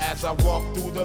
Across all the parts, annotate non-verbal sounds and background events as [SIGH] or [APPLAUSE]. As I walk through the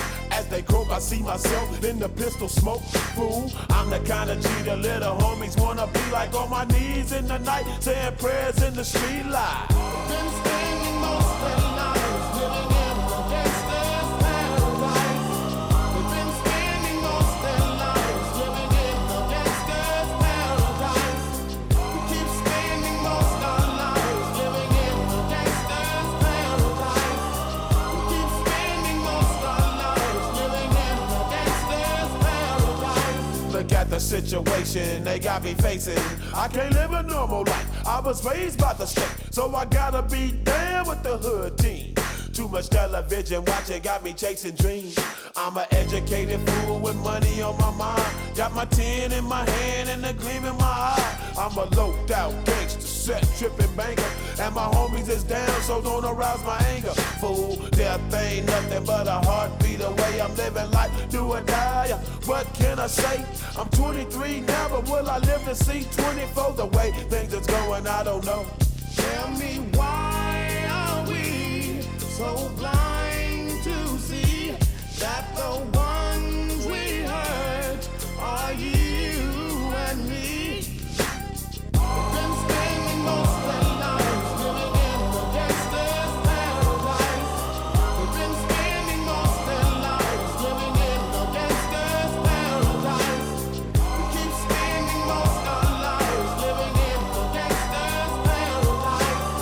As they croak, I see myself in the pistol smoke. Fool, I'm the kind of G the little homies wanna be like on my knees in the night, saying prayers in the street light. Been spending most of the nights living in a gangster's paradise. We've been spending most of the nights living in a gangster's paradise. We keep spending most of our lives living in a gangster's paradise. We keep spending most of our lives living in a gangster's paradise. Look at the situation they got me facing. I can't live a normal life. I was raised by the state, so I gotta be down with the hood team. Too much television watching got me chasing dreams. I'm an educated fool with money on my mind. Got my tin in my hand and a gleam in my eye. I'm a loped out gangster, set tripping banker. And my homies is down, so don't arouse my anger. Fool, death ain't nothing but a heartbeat away. I'm living life, do or die. What can I say? I'm 23 now, but will I live to see 24? The way things is going, I don't know. Tell me why are we so blind to see that the ones we hurt are you and me? We've been spending most of our lives living in a gangster's paradise. We've been spending most of our lives living in a gangster's paradise. We keep spending most of our lives living in a gangster's paradise.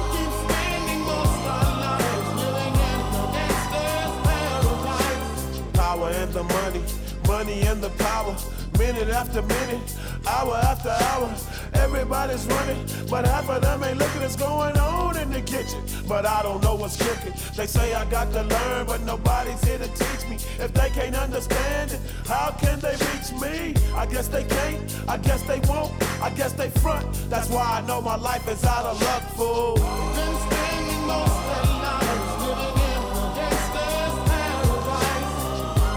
We keep spending most of our lives living in a gangster's paradise. Power and the money, money and the power. Minute after minute, hour after hour, everybody's running, but half of them ain't looking what's going on in the kitchen. But I don't know what's cooking. They say I got to learn, but nobody's here to teach me. If they can't understand it, how can they reach me? I guess they can't, I guess they won't, I guess they front. That's why I know my life is out of luck, fool. Been spending most of the nights living in a gangster's paradise.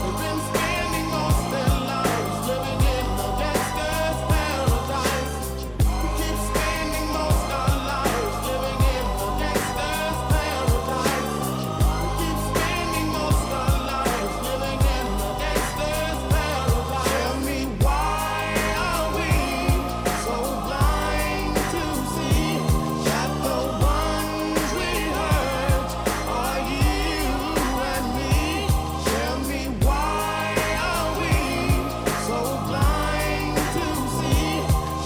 We've been spending most of the nights living in a gangster's paradise. We keep spending most of our lives living in a gangster's paradise. We keep spending most of our lives living in a gangster's paradise. Tell me why are we so blind to see that the ones we hurt are you and me? Tell me why are we so blind to see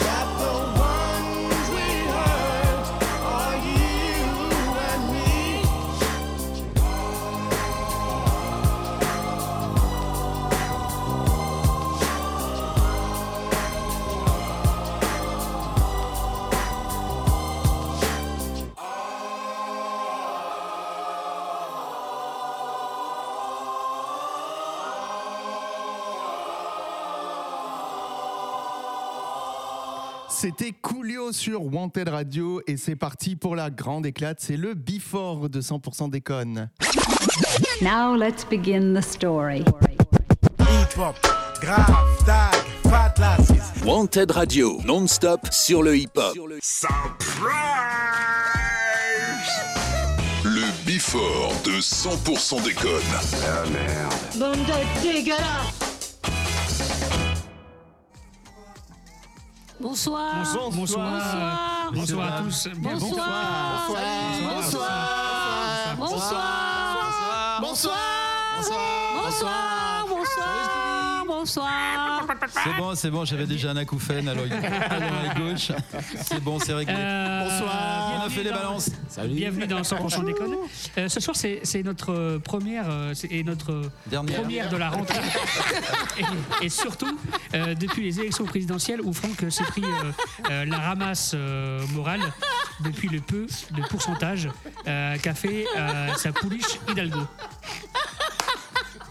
that the ones we hurt are you and me? C'était Coolio sur Wanted Radio et c'est parti pour la grande éclate. C'est le before de 100% déconne. Now let's begin the story. Hip-hop, grave, tag, fat lasses. Wanted Radio, non-stop sur le hip-hop. Le Bifort de 100% déconne. Bande de dégueulasse Bonsoir. Bonsoir. Bonsoir. Bonsoir à tous. Bonsoir. Bonsoir. Bonsoir. Bonsoir. Bonsoir. Bonsoir. Bonsoir. C'est bon, c'est bon, j'avais déjà un acouphène à l'oreille à l'oreille gauche. C'est bon, c'est réglé. Euh, Bonsoir. On a fait les balances. Bienvenue dans 100% déconne. Euh, ce soir, c'est c'est notre euh, première euh, c'est- et notre euh, Dernière. première de la rentrée. et, et surtout, euh, depuis les élections présidentielles où Franck euh, s'est pris euh, euh, la ramasse euh, morale depuis le peu de pourcentage euh, qu'a fait euh, sa pouliche Hidalgo.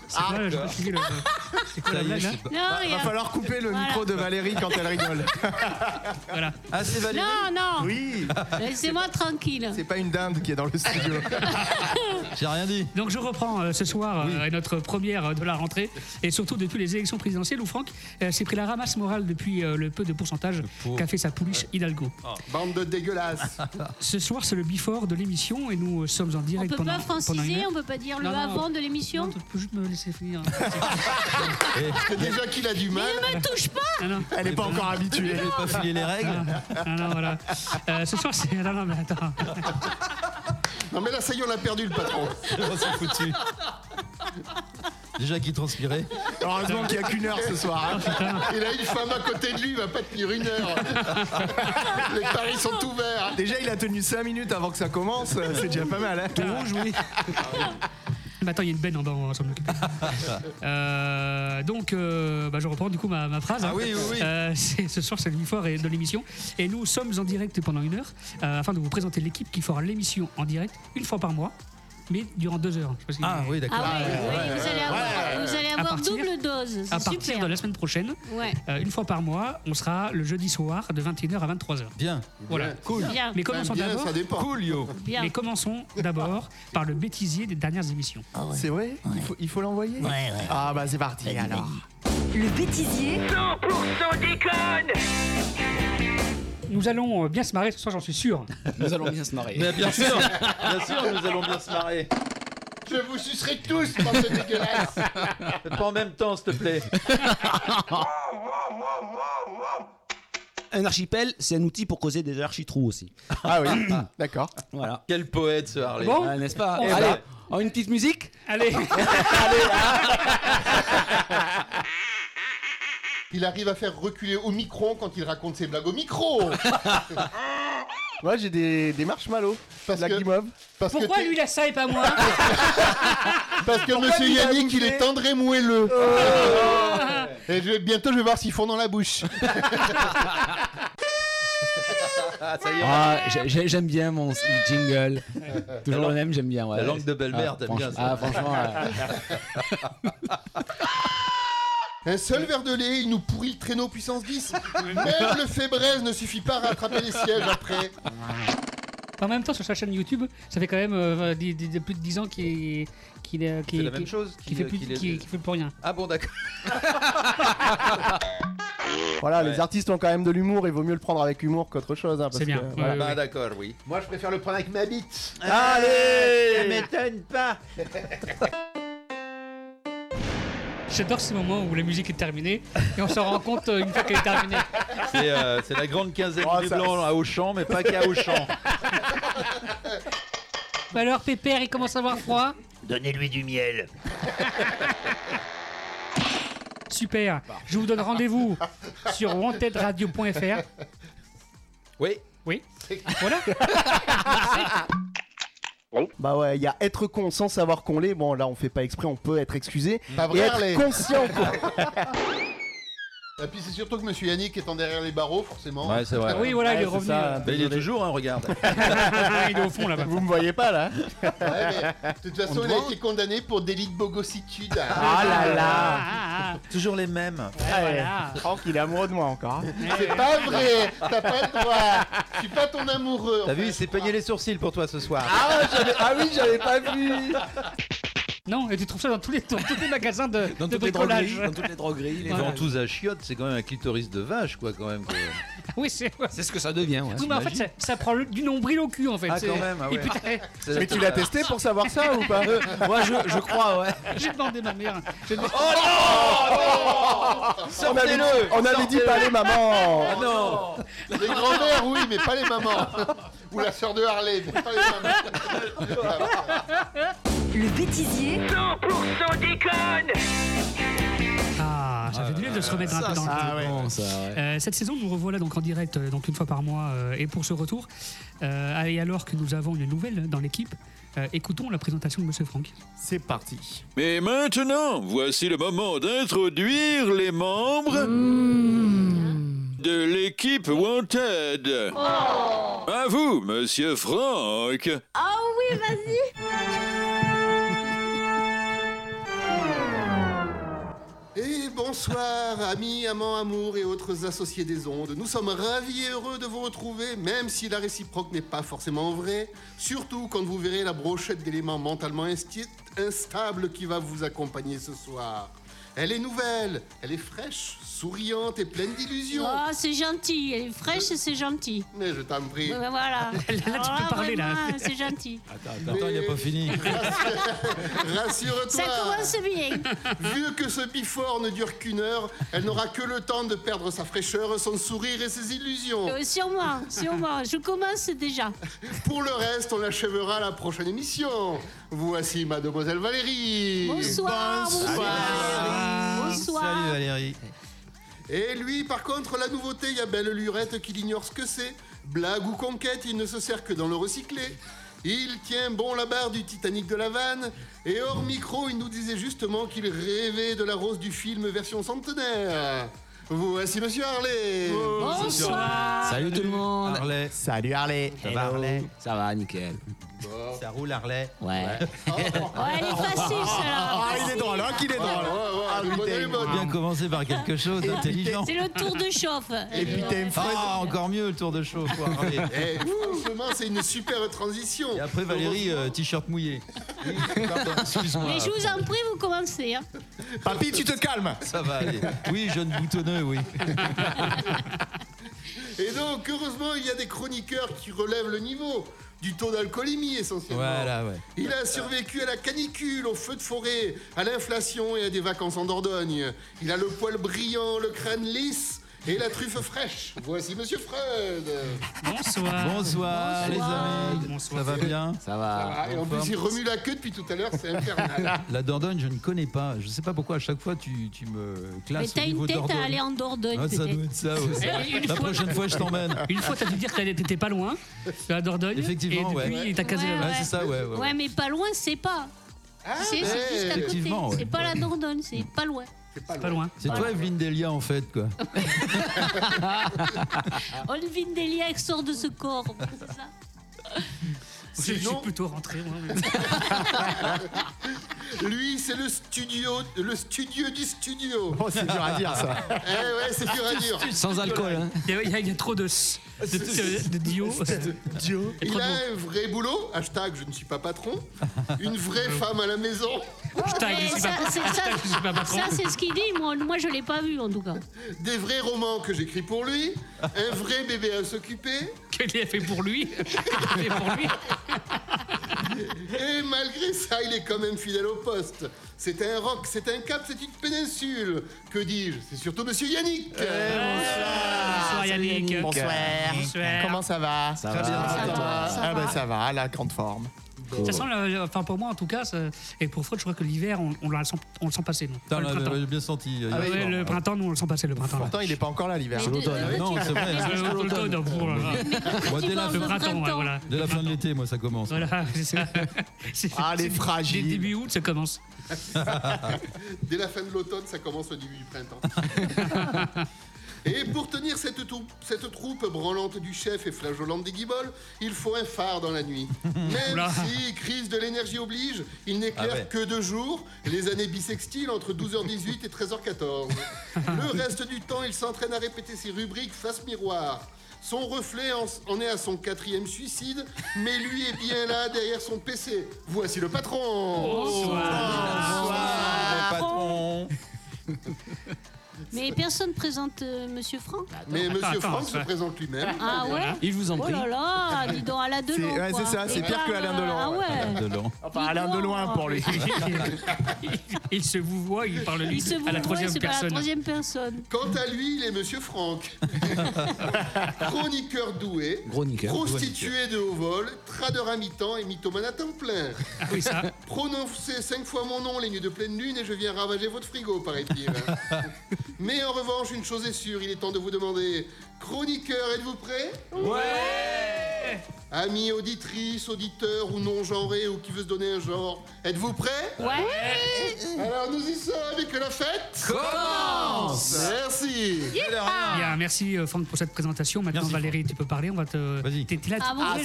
c'est quoi, je me suis dit, le- c'est quoi la Ah, Ça y est, blague hein. là c'est pas- Non, il y Va a- falloir couper le micro de Valérie quand elle rigole. [LAUGHS] Voilà. Ah, c'est Valérie Non, non, [LAUGHS] Oui, [LAUGHS] laissez-moi tranquille. c'est pas une dinde qui est dans le studio. [LAUGHS] J'ai rien dit. Donc je reprends euh, ce soir euh, notre première euh, de la rentrée et surtout depuis les élections présidentielles où Franck euh, s'est pris la ramasse morale depuis euh, le peu de pourcentage pauvre. qu'a fait sa pouliche Hidalgo. Oh. Bande de dégueulasses. Ce soir c'est le before de l'émission et nous euh, sommes en On direct peut pendant, pas pendant une franciser, heure. on peut pas dire le Non, non. avant de l'émission. Non, tu peux juste me laisser finir. Eh, Déjà qu'il a du mal, Ne me touche pas Non, non. elle n'est pas encore Je habituée. vais pas filer les règles. Non, non, voilà. Euh, ce soir, c'est. Non, non, mais attends. Non mais là ça y est, on a perdu le patron. On s'en foutu. Déjà qu'il transpirait. Heureusement qu'il n'y a qu'une heure ce soir. hein. Oh, Il a une femme à côté de lui, il va pas tenir une [LAUGHS] heure. Les paris sont ouverts. Déjà il a tenu 5 minutes avant que ça [LAUGHS] commence, c'est déjà pas mal. hein. rouge, oui. Mais Bah, attends, il y a une benne en bas, on va s'en [LAUGHS] occuper. Euh, donc, euh, bah, je reprends du coup ma, ma phrase. Ah oui, oui, oui. Euh, c'est- ce soir, c'est le fort de l'émission. Et nous sommes en direct pendant une heure euh, afin de vous présenter l'équipe qui fera l'émission en direct une fois par mois, mais durant deux heures. Je sais pas si- Ah oui, Ah d'accord. ouais, oui, vous allez avoir, vous allez avoir partir- double dose, à c'est partir super. de la semaine prochaine, Ouais, euh, une fois par mois, on sera le jeudi soir de 21h à 23h. Bien. Voilà. Cool. bien, Mais commençons d'abord. Cool, yo. bien. Mais commençons d'abord par le bêtisier des dernières émissions. Ah C'est vrai Il faut- Il faut l'envoyer Ah bah c'est parti alors. Le bêtisier Nous allons euh, bien se marrer ce soir, j'en suis sûr. [LAUGHS] Nous allons bien se marrer. Mais bien sûr, bien sûr, nous allons bien se marrer. Je vous sucerai tous, bande de dégueulasses. Pas en même temps, s'il te plaît. [LAUGHS] Un archipel, c'est un outil pour causer des architrous aussi. Ah [COUGHS] oui, d'accord. Voilà. Quel poète, ce Harley. Bon. Ah, N'est-ce pas Eh Allez, ben. oh, une petite musique [COUGHS] Allez Il arrive à faire reculer au micro quand il raconte ses blagues au [LAUGHS] micro. Moi j'ai des, des marshmallows. Parce la guimauve. Parce Pourquoi lui il a ça et pas moi [LAUGHS] Parce que monsieur Yannick, il est tendre et [LAUGHS] moelleux. Et je vais- bientôt, je vais voir s'ils font dans la bouche. [LAUGHS] Ah, j'ai- j'ai- J'aime bien mon s- [LAUGHS] jingle. Toujours le même, j'aime bien. ouais. La langue de Ah, belle-mère, t'aimes franch- bien ça. Ah, franchement. euh, Un seul verre de lait, il nous pourrit le traîneau puissance [LAUGHS] 10. Même le fébraise ne suffit pas à rattraper les sièges après. En même temps, sur sa chaîne YouTube, ça fait quand même euh, dix- dix- plus de 10 ans qu'il qu'il est- C'est qu'il- la même qu'il- chose qu'il fait plus qu'il est- qu'il- qu'il fait pour rien. Ah bon, d'accord. Voilà, les Ouais. artistes ont quand même de l'humour, il vaut mieux le prendre avec humour qu'autre chose. hein, C'est bien. Ouais, ouais, Ah ouais. d'accord, oui. Moi, je préfère le prendre avec ma bite. Allez m'étonne pas J'adore ces moments où la musique est terminée et on s'en rend compte euh, une fois qu'elle est terminée. C'est euh, c'est la grande quinzaine Oh, des ça- Blancs à Auchan, mais [LAUGHS] pas qu'à Auchan. Bah alors, Pépère, il commence à avoir froid. Donnez-lui du miel. Super. Je vous [LAUGHS] donne rendez-vous sur wantedradio.fr. Oui, Oui. Voilà. Bah ouais, il y a être con sans savoir qu'on l'est. Bon, là, on fait pas exprès, on peut être excusé. Pas vrai, Harley conscient qu'on [LAUGHS] Et puis c'est surtout que Monsieur Yannick étant derrière les barreaux, forcément. ouais c'est vrai. Oui, voilà, il est revenu. ça. [LAUGHS] Mais il est toujours, hein, regarde. euh, il est au fond là-bas. [LAUGHS] Vous me voyez pas là [LAUGHS] hein. Ouais, mais de toute façon, On il a demande. été condamné pour délit de bogossitude. Ah [LAUGHS] là là Ah, ah, toujours les mêmes. ah, voilà. Franck, il est amoureux de moi encore. [LAUGHS] C'est pas vrai T'as pas le droit Je suis pas ton amoureux T'as vu, il s'est peigné les sourcils pour toi ce soir. Ah oui, j'avais pas vu Non, et tu trouves ça dans tous les, dans tous les magasins de, Dans, de toutes les bricolage. drogueries, dans toutes les drogueries. les Ils vendent gens- tous à chiottes, c'est quand même un clitoris de vache, quoi, quand même. quoi. [LAUGHS] Oui, c'est. C'est ce que ça devient. ouais. Oui, mais en fait, ça, ça prend le- du nombril au cul en fait. Ah, C'est- quand même, ah Et eh. ouais. putain, C'est- Mais tu l'as testé pour savoir ça ou pas [LAUGHS] Moi, je, je crois, ouais. [LAUGHS] j'ai demandé ma mère. J'ai Oh demandé- Oh, On avait, on avait dit pas les mamans Ah non [LAUGHS] Les grands-mères, oui, mais pas les mamans [LAUGHS] Ou la sœur de Harley, mais pas les mamans Le bêtisier Ah, ça fait du bien de se remettre un peu dans le jeu. Bon, ça, ouais. Euh, cette saison, nous revoilà donc en direct, euh, donc une fois par mois, euh, et pour ce retour, euh, et alors que nous avons une nouvelle dans l'équipe, euh, écoutons la présentation de Monsieur Franck. C'est parti Mais maintenant, voici le moment d'introduire les membres Hmm. de l'équipe Wanted. Oh. À vous, Monsieur Franck. Ah Oh oui, vas-y Bonsoir, amis, amants, amours et autres associés des ondes. Nous sommes ravis et heureux de vous retrouver, même si la réciproque n'est pas forcément vraie. Surtout quand vous verrez la brochette d'éléments mentalement insti- instables qui va vous accompagner ce soir. Elle est nouvelle, elle est fraîche, souriante et pleine d'illusions. Oh, c'est gentil. Elle est fraîche et c'est gentil. Mais je t'en prie. Ouais, bah, [LAUGHS] voilà. Alors là, vraiment, hein, C'est gentil. Attends, attends, il a pas fini. Rassure-toi. Ça commence bien. Vu que ce bifort ne dure qu'une heure, elle n'aura que le temps de perdre sa fraîcheur, son sourire et ses illusions. Euh, sûrement, sûrement. Je commence déjà. Pour le reste, on l'achèvera à la prochaine émission. Voici Mademoiselle Valérie. Bonsoir, bonsoir. Bonsoir. Salut Valérie. Et lui, par contre, la nouveauté, il y a belle lurette qu'il ignore ce que c'est. Blague ou conquête, il ne se sert que dans le recyclé. Il tient bon la barre du Titanic de la vanne. Et hors micro, il nous disait justement qu'il rêvait de la rose du film version centenaire. Voici Monsieur Harley. Bonsoir. Salut tout le monde. Salut Harley. Ça va Harley Ça va, nickel. Ça roule Harley. Ouais. [LAUGHS] Ouais, Oh, elle est facile, celle-là. Ah, il est drôle, hein, qu'il est drôle. Ah, putain. Bien commencer par quelque chose d'intelligent. C'est le tour [LAUGHS] de chauffe. Ah, encore mieux le tour de chauffe. quoi. Allez. Eh, franchement, c'est une super transition. Et après Valérie, euh, t-shirt mouillé. Pardon, excuse-moi. Mais je vous en prie, vous commencez. hein. Papy, tu te calmes. Ça va aller. Oui, jeune boutonneux, oui. euh, Et donc, heureusement, il y a des chroniqueurs qui relèvent le niveau du taux d'alcoolémie essentiellement. Voilà, ouais. Il a survécu à la canicule, au feu de forêt, à l'inflation et à des vacances en Dordogne. Il a le poil brillant, le crâne lisse et la truffe fraîche. Voici Monsieur Freud. Bonsoir. Bonsoir, les amis. Ça va bien Ça va. Ah, et en Bonsoir. plus, il remue la queue depuis tout à l'heure, c'est [LAUGHS] infernal. La Dordogne, je ne connais pas. Je ne sais pas pourquoi à chaque fois tu, tu me Mais classes au t'as une niveau tête Dordogne. à aller en Dordogne. Ah, ça peut-être. doit être ça aussi. La prochaine fois, je t'emmène. Une fois, t'as dû dire que t'étais pas loin, de la Dordogne. Effectivement, et ouais. depuis, t'as casé la Ouais, c'est ça, ouais. ouais, ouais. Ouais, mais pas loin, c'est pas. Ah, c'est c'est ouais, juste à côté. effectivement, ouais. C'est pas la Dordogne, c'est pas loin. C'est pas loin. C'est toi, Evelyne Delia, en fait, quoi. Olvin Delia sort de ce corps. c'est ça Je je suis plutôt rentré, moi. mais- Lui, c'est le studio, le studio du studio. Oh, c'est dur à dire, ça. Eh ouais, c'est dur à dire. Sans alcool. Hein. Il y a- il y, a- il y a trop de. s- de, de, de dio. Dio. Et trop Il de a mots. un vrai boulot, hashtag je ne suis pas patron, une vraie femme à la maison, Hashtag, Mais je suis Eh, ça, pas- c'est hashtag, je suis pas ça, patron. ça, c'est ce qu'il dit. Moi, moi je l'ai pas vu en tout cas. des vrais romans que j'écris pour lui, un vrai bébé à s'occuper, [LAUGHS] Qu'elle a fait pour [LAUGHS] lui. Qu'elle a fait pour lui. et malgré ça, il est quand même fidèle au poste. C'est un roc, c'est un cap, c'est une péninsule. Que dis-je C'est surtout monsieur Yannick Bonsoir Yannick. Eh, Bonsoir. Bonsoir. Comment ça va Ça va. Ça va. Ah ben, bah ça va, la grande forme. De toute façon, là, euh, enfin pour moi en tout cas, ça- et pour Freud, je crois que l'hiver, on, on la sent- on le sent passer. Nous. Putain, le là, printemps. j'ai bien senti. euh, Ah ouais, hier soir. le printemps, nous, on le sent passer le printemps. Là. Pourtant, il est pas encore là l'hiver. Mais de- de- Non, c'est vrai. Euh, jusqu'à l'automne, l'automne. oh là là. Moi, Quand tu dès la, Le parles de printemps, ouais, voilà. dès la fin de l'été, moi, ça commence. Voilà, c'est ça. C'est- Ah, les c'est- fragiles. dès Début août, ça commence. [LAUGHS] Dès la fin de l'automne, ça commence au début du printemps. [LAUGHS] Et pour tenir cette troupe, cette troupe branlante du chef et flageolante des guiboles, il faut un phare dans [LAUGHS] la nuit. Même Oula. si crise de l'énergie oblige, il n'éclaire Ah ouais. que deux jours, les années bissextiles entre 12h18 et 13h14. Le reste du temps, il s'entraîne à répéter ses rubriques face miroir. Son reflet en, en est à son quatrième suicide, mais lui est bien là derrière son PC. Voici le patron. Ah, Ah, Bonsoir, patron. Mais personne présente euh, Monsieur Franck. Mais Monsieur attends, Franck se ça- présente lui-même. Ah ouais. Il vous en Oh prie. là là, dis donc Alain Delon. C'est- ouais, quoi. c'est ça, c'est Et pire que grave, Alain Delon, Ah ouais. ouais. De l'an. Enfin, Alain hein, Deloin pour lui. [LAUGHS] il se vous voit, il parle Il se vous à la voit, troisième c'est pas la personne. troisième personne. Quant à lui, il est [LAUGHS] Monsieur Franck. Chroniqueur doué, Gros hein. nickel. prostitué de haut vol, tradeur à mi-temps et mythomane à temps plein. Ah oui, ça. [LAUGHS] Prononcez cinq fois mon nom les nuits de pleine lune et je viens ravager votre frigo, [LAUGHS] paraît-il. Mais en revanche, une chose est sûre, il est temps de vous demander chroniqueur, êtes-vous prêt Ouais Amis, auditrices, auditeurs ou non-genrés ou qui veut se donner un genre, êtes-vous prêts Ouais. Alors nous y sommes et que la fête commence Merci Bien. Bien, merci euh, Franck pour cette présentation. Maintenant, Valérie, tu peux parler. On va te. T'es t'es là. Ah, mon Dieu.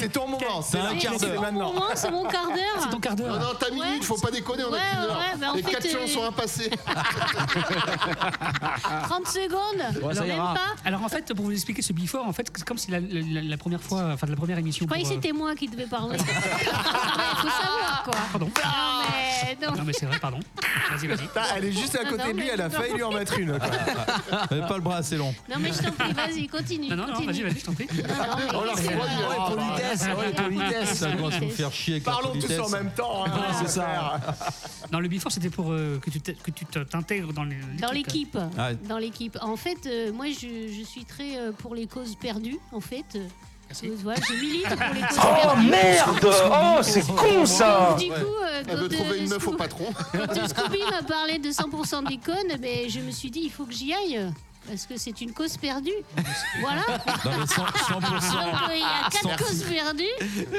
C'est Oui, C'est mon moment, c'est mon quart d'heure. C'est ton quart d'heure. Non, non, ta minute, faut pas déconner, on Ouais, a qu'une heure. ouais, bah, en Les fait, quatre euh, chances [LAUGHS] sont impassées. 30 secondes. Alors, même pas. Alors en fait, pour vous expliquer ce before, en fait, c'est comme si la, la- la- la première fois, enfin de la première Je émission. croyais que pour, euh, c'était moi qui devais [LAUGHS] parler. Il faut savoir quoi. Pardon. Non, mais non. Non mais c'est vrai, pardon. Vas-y, vas-y. Putain, elle est juste à Non, côté de mais lui, elle a non. failli lui en mettre [LAUGHS] une. J'avais pas le bras assez long. Non, mais je t'en prie, vas-y, continue. euh, Non, non, non, continue. vas-y, vas-y, je t'en prie. Oh, On la revoit, il y aura- Ouais, Oh, politesse, ouais, politesse. Ça commence à nous faire chier avec la Parlons tous politesse. en même temps. hein, Non, on c'est va ça. faire. Non, le before, c'était pour euh, que tu te- que tu te- t'intègres dans les- Dans l'équipe. l'équipe. Ah. Dans l'équipe. En fait, euh, moi, je, je suis très euh, pour les causes perdues, en fait. Euh, Ah, euh, voilà, je milite pour les causes Oh perdues. merde Oh c'est con ça Donc, Du coup, euh, Elle quand, veut trouver euh, une meuf Scoo- au patron. quand, [LAUGHS] euh, Scooby m'a parlé de 100% déconne, mais ben, je me suis dit, il faut que j'y aille. euh, Parce que c'est une cause perdue. Voilà. Non, mais 100%. Donc, euh, il y Ah, a quatre 100%. causes perdues.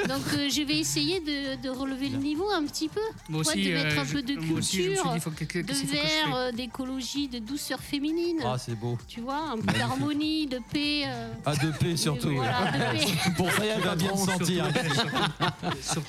Donc, euh, je vais essayer de, de relever le niveau un petit peu. Moi Ouais, aussi, de mettre un euh, peu de je- moi aussi, je me suis culture, dit, faut que- que- de qu'est-ce qu'il faut que je vers, fais euh, d'écologie, de douceur féminine. Ah, c'est beau. Tu vois, un peu d'harmonie, de paix. euh, Ah, de paix surtout. Voilà, de paix. [LAUGHS] Pour ça, elle va bien se sentir.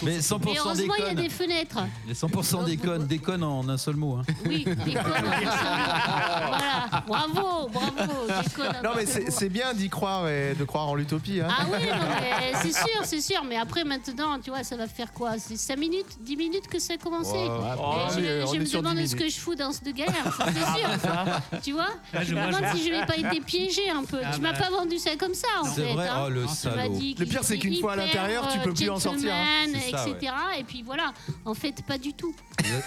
Mais 100% Mais heureusement, il y a déconne. des fenêtres. Les 100% déconne, déconne en un seul mot. hein. Oui, déconne. [LAUGHS] voilà, bravo, bravo, déconne. Non, mais c'est c'est bien d'y croire et de croire en l'utopie. hein. Ah oui, non, mais c'est sûr, c'est sûr. Mais après, maintenant, tu vois, ça va faire quoi C'est 5 minutes, 10 minutes que ça a commencé Ouais, Et ouais, Je, ouais, on je est me sur demande 10 ce que minutes. je fous dans ce de galère, ça, Ah, c'est sûr. tu vois Là, Ah, je Je me vois, je demande vois. si je vais pas été piégé un peu. Ah tu m'as bah. pas vendu ça comme ça, en C'est fait. vrai, hein. oh, le Tu m'as salaud. dit Le pire, qu'il c'est qu'une était fois à hyper, l'intérieur, tu euh, peux plus en sortir, hein. gentleman, C'est ça, ouais. etc. Et puis voilà. En fait, pas du tout.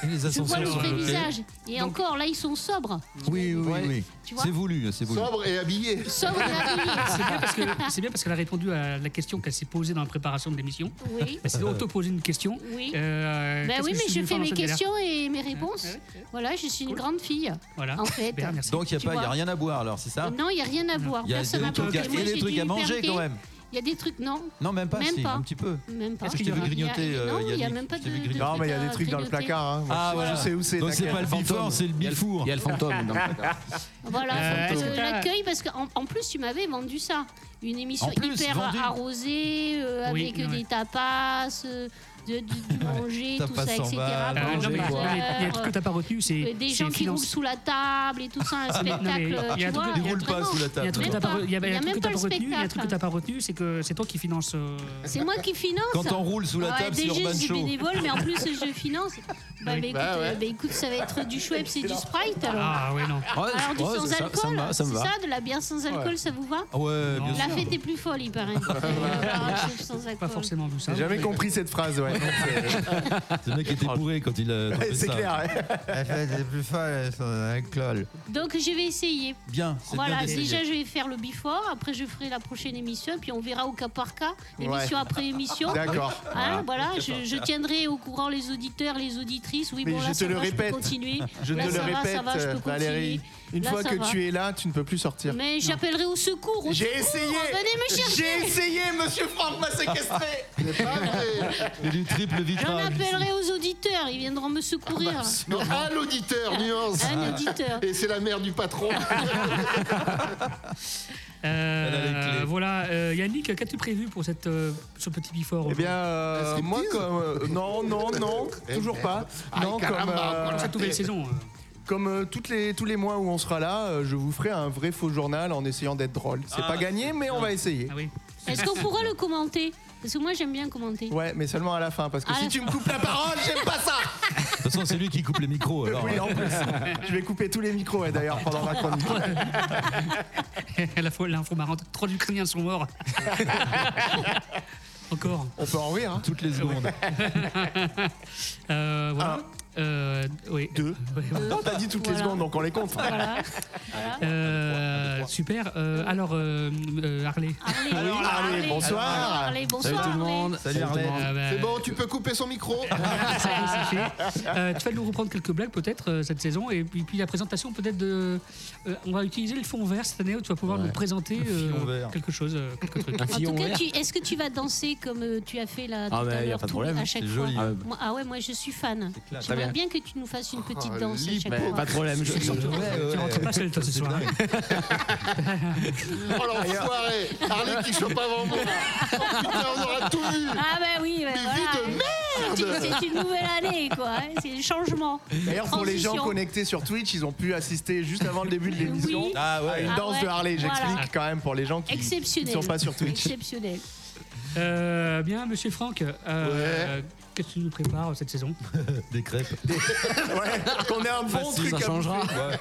Les, Je vois les le ascenseurs sont vrai bloqués. visage. Et encore, là, ils sont sobres. Oui, oui, oui. Tu vois C'est voulu, c'est voulu. Sobre et habillé. Sobre et habillé. [LAUGHS] C'est bien [LAUGHS] parce que c'est bien parce qu'elle a répondu à la question qu'elle s'est posée dans la préparation de l'émission. Oui. [LAUGHS] Elle s'est auto-posée une question. Oui. Euh, Ben qu'est-ce oui, que mais suis je fais venu faire dans mes cette galère questions et mes réponses. Voilà, je suis une grande fille. Voilà. En fait. Super, merci. Donc, il Tu n'y a, pas- y a vois. rien à boire, alors, c'est ça Non, il n'y a rien à boire. Hein Hmm. Il y a Personne des n'a trucs porté. à- il y a Moi, des j'ai trucs du à manger, perquet. quand même. Il y a des trucs, non. Non, même pas, Même si, pas. un petit peu. Même pas. Est-ce que tu veux grignoter euh, Non, Ah, il n'y a des- même pas je de. t'ai vu grignoter. Non, mais il y a des trucs dans le placard. hein. Moi, Ah, je- voilà. Je sais où c'est. Donc, c'est t'inquiète. pas le before, c'est le bifour. Il y a le fantôme. donc. Voilà, Euh, faut que est-ce que je t'as- l'accueille parce qu'en en plus, tu m'avais vendu ça. Une émission En plus, hyper vendu. arrosée, euh, Oui, avec ouais. des tapas, euh, de, du du manger, tout Tapas ça, sans etc. balle, Pendant Ah, non, mais il y a- deux il y a- il y a un heures. truc que t'as pas retenu, c'est Euh, des c'est gens qui finance. roulent sous la table et tout ça, un Ah, mais- non, mais spectacle. il y tu a un truc- vois, il y a un truc- vraiment. Il y a un truc que Même t'as pas pas. re- il y a Il y un a truc que même t'as pas pas le retenu, il y a un truc que spectacle. t'as pas retenu, c'est que c'est toi qui finance. euh, C'est moi qui finance. Quand on roule sous la Ouais, table, c'est déjà, Urban je suis Show. bénévole, mais en plus, je [LAUGHS] finance. Bah, Oui. mais écoute, Bah ouais. euh, bah, écoute, ça va être du Schweppes et du Sprite alors. Ah ouais non. Alors, du sans ça- ça me alcool, va, ça me c'est va. ça, de la bière sans alcool, ça vous va Ah Ouais, bien La sûr. fête est plus folle, il [LAUGHS] paraît. Pas forcément vu J'ai jamais compris cette phrase, ouais. [LAUGHS] Ce mec était bourré quand il a tenté C'est ça. clair, ouais. La fête est plus folle, c'est un alcool. Donc, je vais essayer. Bien, c'est Voilà, bien d'essayer. déjà je vais faire le before, après je ferai la prochaine émission, et puis on verra au cas par cas, émission Ouais. après émission. D'accord. Hein, Voilà. voilà, je, je tiendrai au courant les auditeurs, les auditrices. Oui, Mais bon, là, je te ça le va, répète. Je peux continuer. Je te Là, le ça va, ça répète, va, je peux Valérie. continuer. Une Là, fois ça que va. tu es là, tu ne peux plus sortir. Mais j'appellerai au secours. au J'ai secours, essayé. Venez me chercher. J'ai essayé, monsieur Franck m'a séquestré. Et du [LAUGHS] triple J'en vitrage. appellerai aux auditeurs, ils viendront me secourir. Non, à l'auditeur, nuance. Un auditeur. Et c'est la mère du patron. Euh, voilà, euh, Yannick, qu'as-tu prévu pour cette, euh, ce petit before Eh bien, euh, moi, comme. euh, non, [LAUGHS] non, non, toujours pas. Ah, Non, caramba, comme. pour cette nouvelle saison, euh. Comme euh, toutes les, tous les mois où on sera là, euh, je vous ferai un vrai faux journal en essayant d'être drôle. C'est Ah, pas gagné, mais on va essayer. Est-ce qu'on pourra le commenter Parce que moi j'aime bien commenter. Ouais, mais seulement à la fin, parce que À si Ah, la tu fin. me coupes la parole, j'aime pas ça De toute façon, c'est lui qui coupe les [LAUGHS] micros. Alors. Oui, en plus. Je vais couper tous les micros, ouais, d'ailleurs, pendant ma chronique. [LAUGHS] La fois, l'info marrante, trois Ukrainiens sont morts. [LAUGHS] Encore. On peut en rire. hein. Toutes les secondes. [LAUGHS] Euh, voilà. Euh, oui. [LAUGHS] Deux. Non, t'as dit toutes les Voilà. secondes, donc on les compte. Voilà. Euh, super. Euh, alors, euh, euh, Harley. Alors, Harley, Harley. bonsoir. Alors, Harley, bonsoir, Salut tout le Harley. monde. Salut, Arlette. Ah, bah, C'est bon, tu peux couper son micro. ça fait. Euh, tu vas nous reprendre quelques blagues peut-être euh, cette saison et puis, puis la présentation peut-être de. euh, on va utiliser le fond vert cette année où tu vas pouvoir nous présenter euh, vert. quelque chose, euh, quelques trucs. En tout cas, tu- est-ce que tu vas danser comme euh, tu as fait là Ah, tout mais à y a l'heure, pas de tout- problème, à chaque c'est fois joli. Ah ouais. Moi- Ah ouais, moi je suis fan. classe. J'aimerais J'aimerais bien que tu nous fasses une petite Ah, Oh, danse libre. chaque Bah, fois. pas de problème, [LAUGHS] je- je- Surtout, ouais, ouais, tu rentres ouais. pas seul toi ce soir. [LAUGHS] Oh l'enfoiré Harley qui chope avant moi Oh, Putain, on aura tout vu Ah bah oui, bah, voilà. vie de merde. C'est une- C'est une nouvelle année, quoi. hein. C'est le changement. D'ailleurs, pour les gens Transition. connectés sur Twitch, ils ont pu assister juste avant le début de l'émission Oui. à Ah ouais. une Ah danse ouais, de Harley. J'explique voilà. quand même pour les gens qui ne Exceptionnel. sont pas sur Twitch. Exceptionnel. Euh, bien, monsieur Franck, euh, euh, qu'est-ce que tu nous prépares euh, cette saison Des crêpes. Qu'on ait un bon Facile, truc ça à changera. bouffer.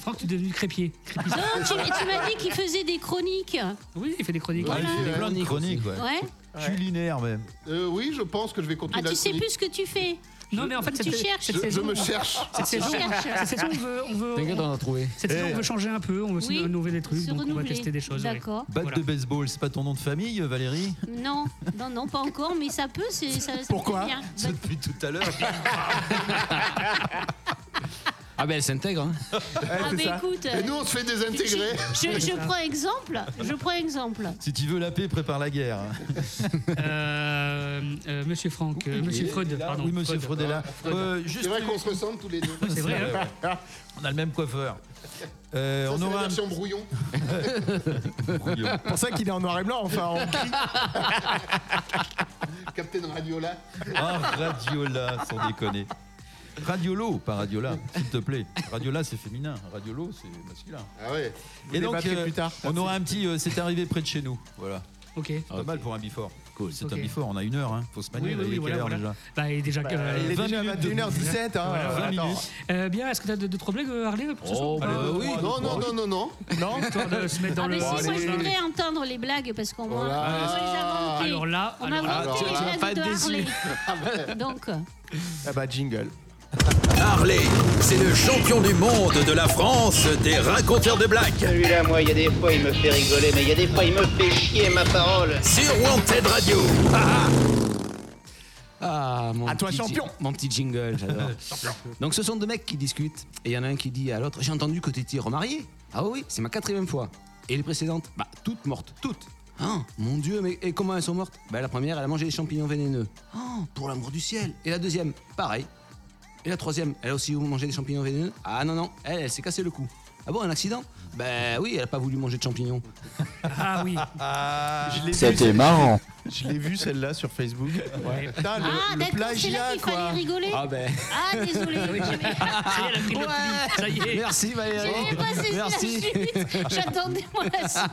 Franck, tu es devenu crêpier. Non, tu, tu m'as dit qu'il faisait des chroniques. Oui, il fait des chroniques. Ouais, Voilà. il fait des chroniques, chroniques, ouais. Ouais. Culinaire même. Euh, oui, je pense que je vais continuer Ah, la tu sais chronique. plus ce que tu fais. Non, mais en fait, Tu cette, cherches. cette Je- je saison. me cherche. [LAUGHS] Cette Tu saison, cherches. cette saison, on veut. On veut T'inquiète, on a trouvé. cette saison, Eh. on veut changer un peu, on veut Oui, aussi nouveaux des trucs, se donc on va renouveler. tester des choses. ouais. D'accord. Batte Voilà. de baseball, c'est pas ton nom de famille, Valérie Non, non, non, pas encore, mais ça peut. c'est- Ça, ça Pourquoi peut bien. Eh, Ça, Depuis tout à l'heure. Ah ben elle s'intègre. Hein. Ah, c'est mais ça. écoute. euh, Et nous, on se fait désintégrer. Je, je- je [LAUGHS] [LAUGHS] prends exemple. Je prends exemple. si tu veux la paix, prépare la guerre. Euh, euh, monsieur Franck, euh, monsieur Oui, il est Freud, là. pardon. Oui, monsieur Freud est là. Euh, C'est vrai qu'on se ressemble tous les deux. C'est vrai, hein. ouais, ouais. [LAUGHS] On a le même coiffeur. Euh, Ça, on c'est la aura un version brouillon. [LAUGHS] brouillon. C'est pour ça qu'il est en noir et blanc, enfin en gris. [LAUGHS] Captain Radiola. Oh, Ah, Radiola, sans déconner. Radiolo, pas Radiola, s'il te plaît. Radiola, c'est féminin. Radiolo, c'est masculin. Ah ouais. Et donc, débattrez euh, plus tard. on aura un petit. euh, c'est arrivé près de chez nous. Voilà. Ok. C'est Pas mal pour un before. Cool. C'est Ok. un before, on a une heure, hein. Faut se manier. Oui, là, oui, il est oui, voilà, quelle heure voilà. déjà Bah, il est déjà. euh, il est 20 déjà minutes de- 21h17. Hein, Voilà, 20 attends. minutes. Euh, bien, est-ce que t'as deux, deux, trois blagues, euh, Harley, pour ce soir Oh, ou pas bah oui. Non, non, non, non, non. Non Histoire de euh, se mettre dans Ah, le. mais si, moi, je Allez. voudrais entendre les blagues parce qu'on m'a- Voilà. Ah. on les a Alors manquées. là, On alors là. a alors manqué là, les pas blagues de déçu. Harley. ben. Donc, Ah bah jingle. Harley, c'est le champion du monde de la France des raconteurs de blagues. Celui-là, moi, il y a des fois, il me fait rigoler, mais il y a des fois, il me fait chier, ma parole. Sur Wanted Radio. Ah, mon À toi, petit champion. mon petit jingle, [LAUGHS] j'adore. Donc, ce sont deux mecs qui discutent. Et il y en a un qui dit à l'autre J'ai entendu que tu étais remarié. Ah oui, c'est ma quatrième fois. Et les précédentes Bah, toutes mortes, toutes. Ah, mon Dieu, mais et comment elles sont mortes Bah, la première, elle a mangé des champignons vénéneux. Ah, pour l'amour du ciel. Et la deuxième, pareil. Et la troisième, elle a aussi mangé des champignons vénéneux Ah non, non, elle, elle s'est cassé le cou. Ah bon, un accident Bah oui, elle a pas voulu manger de champignons. Ah oui. Je l'ai vu, C'était celle- marrant. Je l'ai vu celle-là sur Facebook. Ouais. Putain, le, Ah, le d'accord, c'est là plagiat qu'il fallait quoi. rigoler. Ah ben. Ah, [LAUGHS] désolé. Ça y est, elle a pris le pli. Ça y est. Merci Valérie. J'avais pas saisi la Merci. suite. J'attendais moi la suite.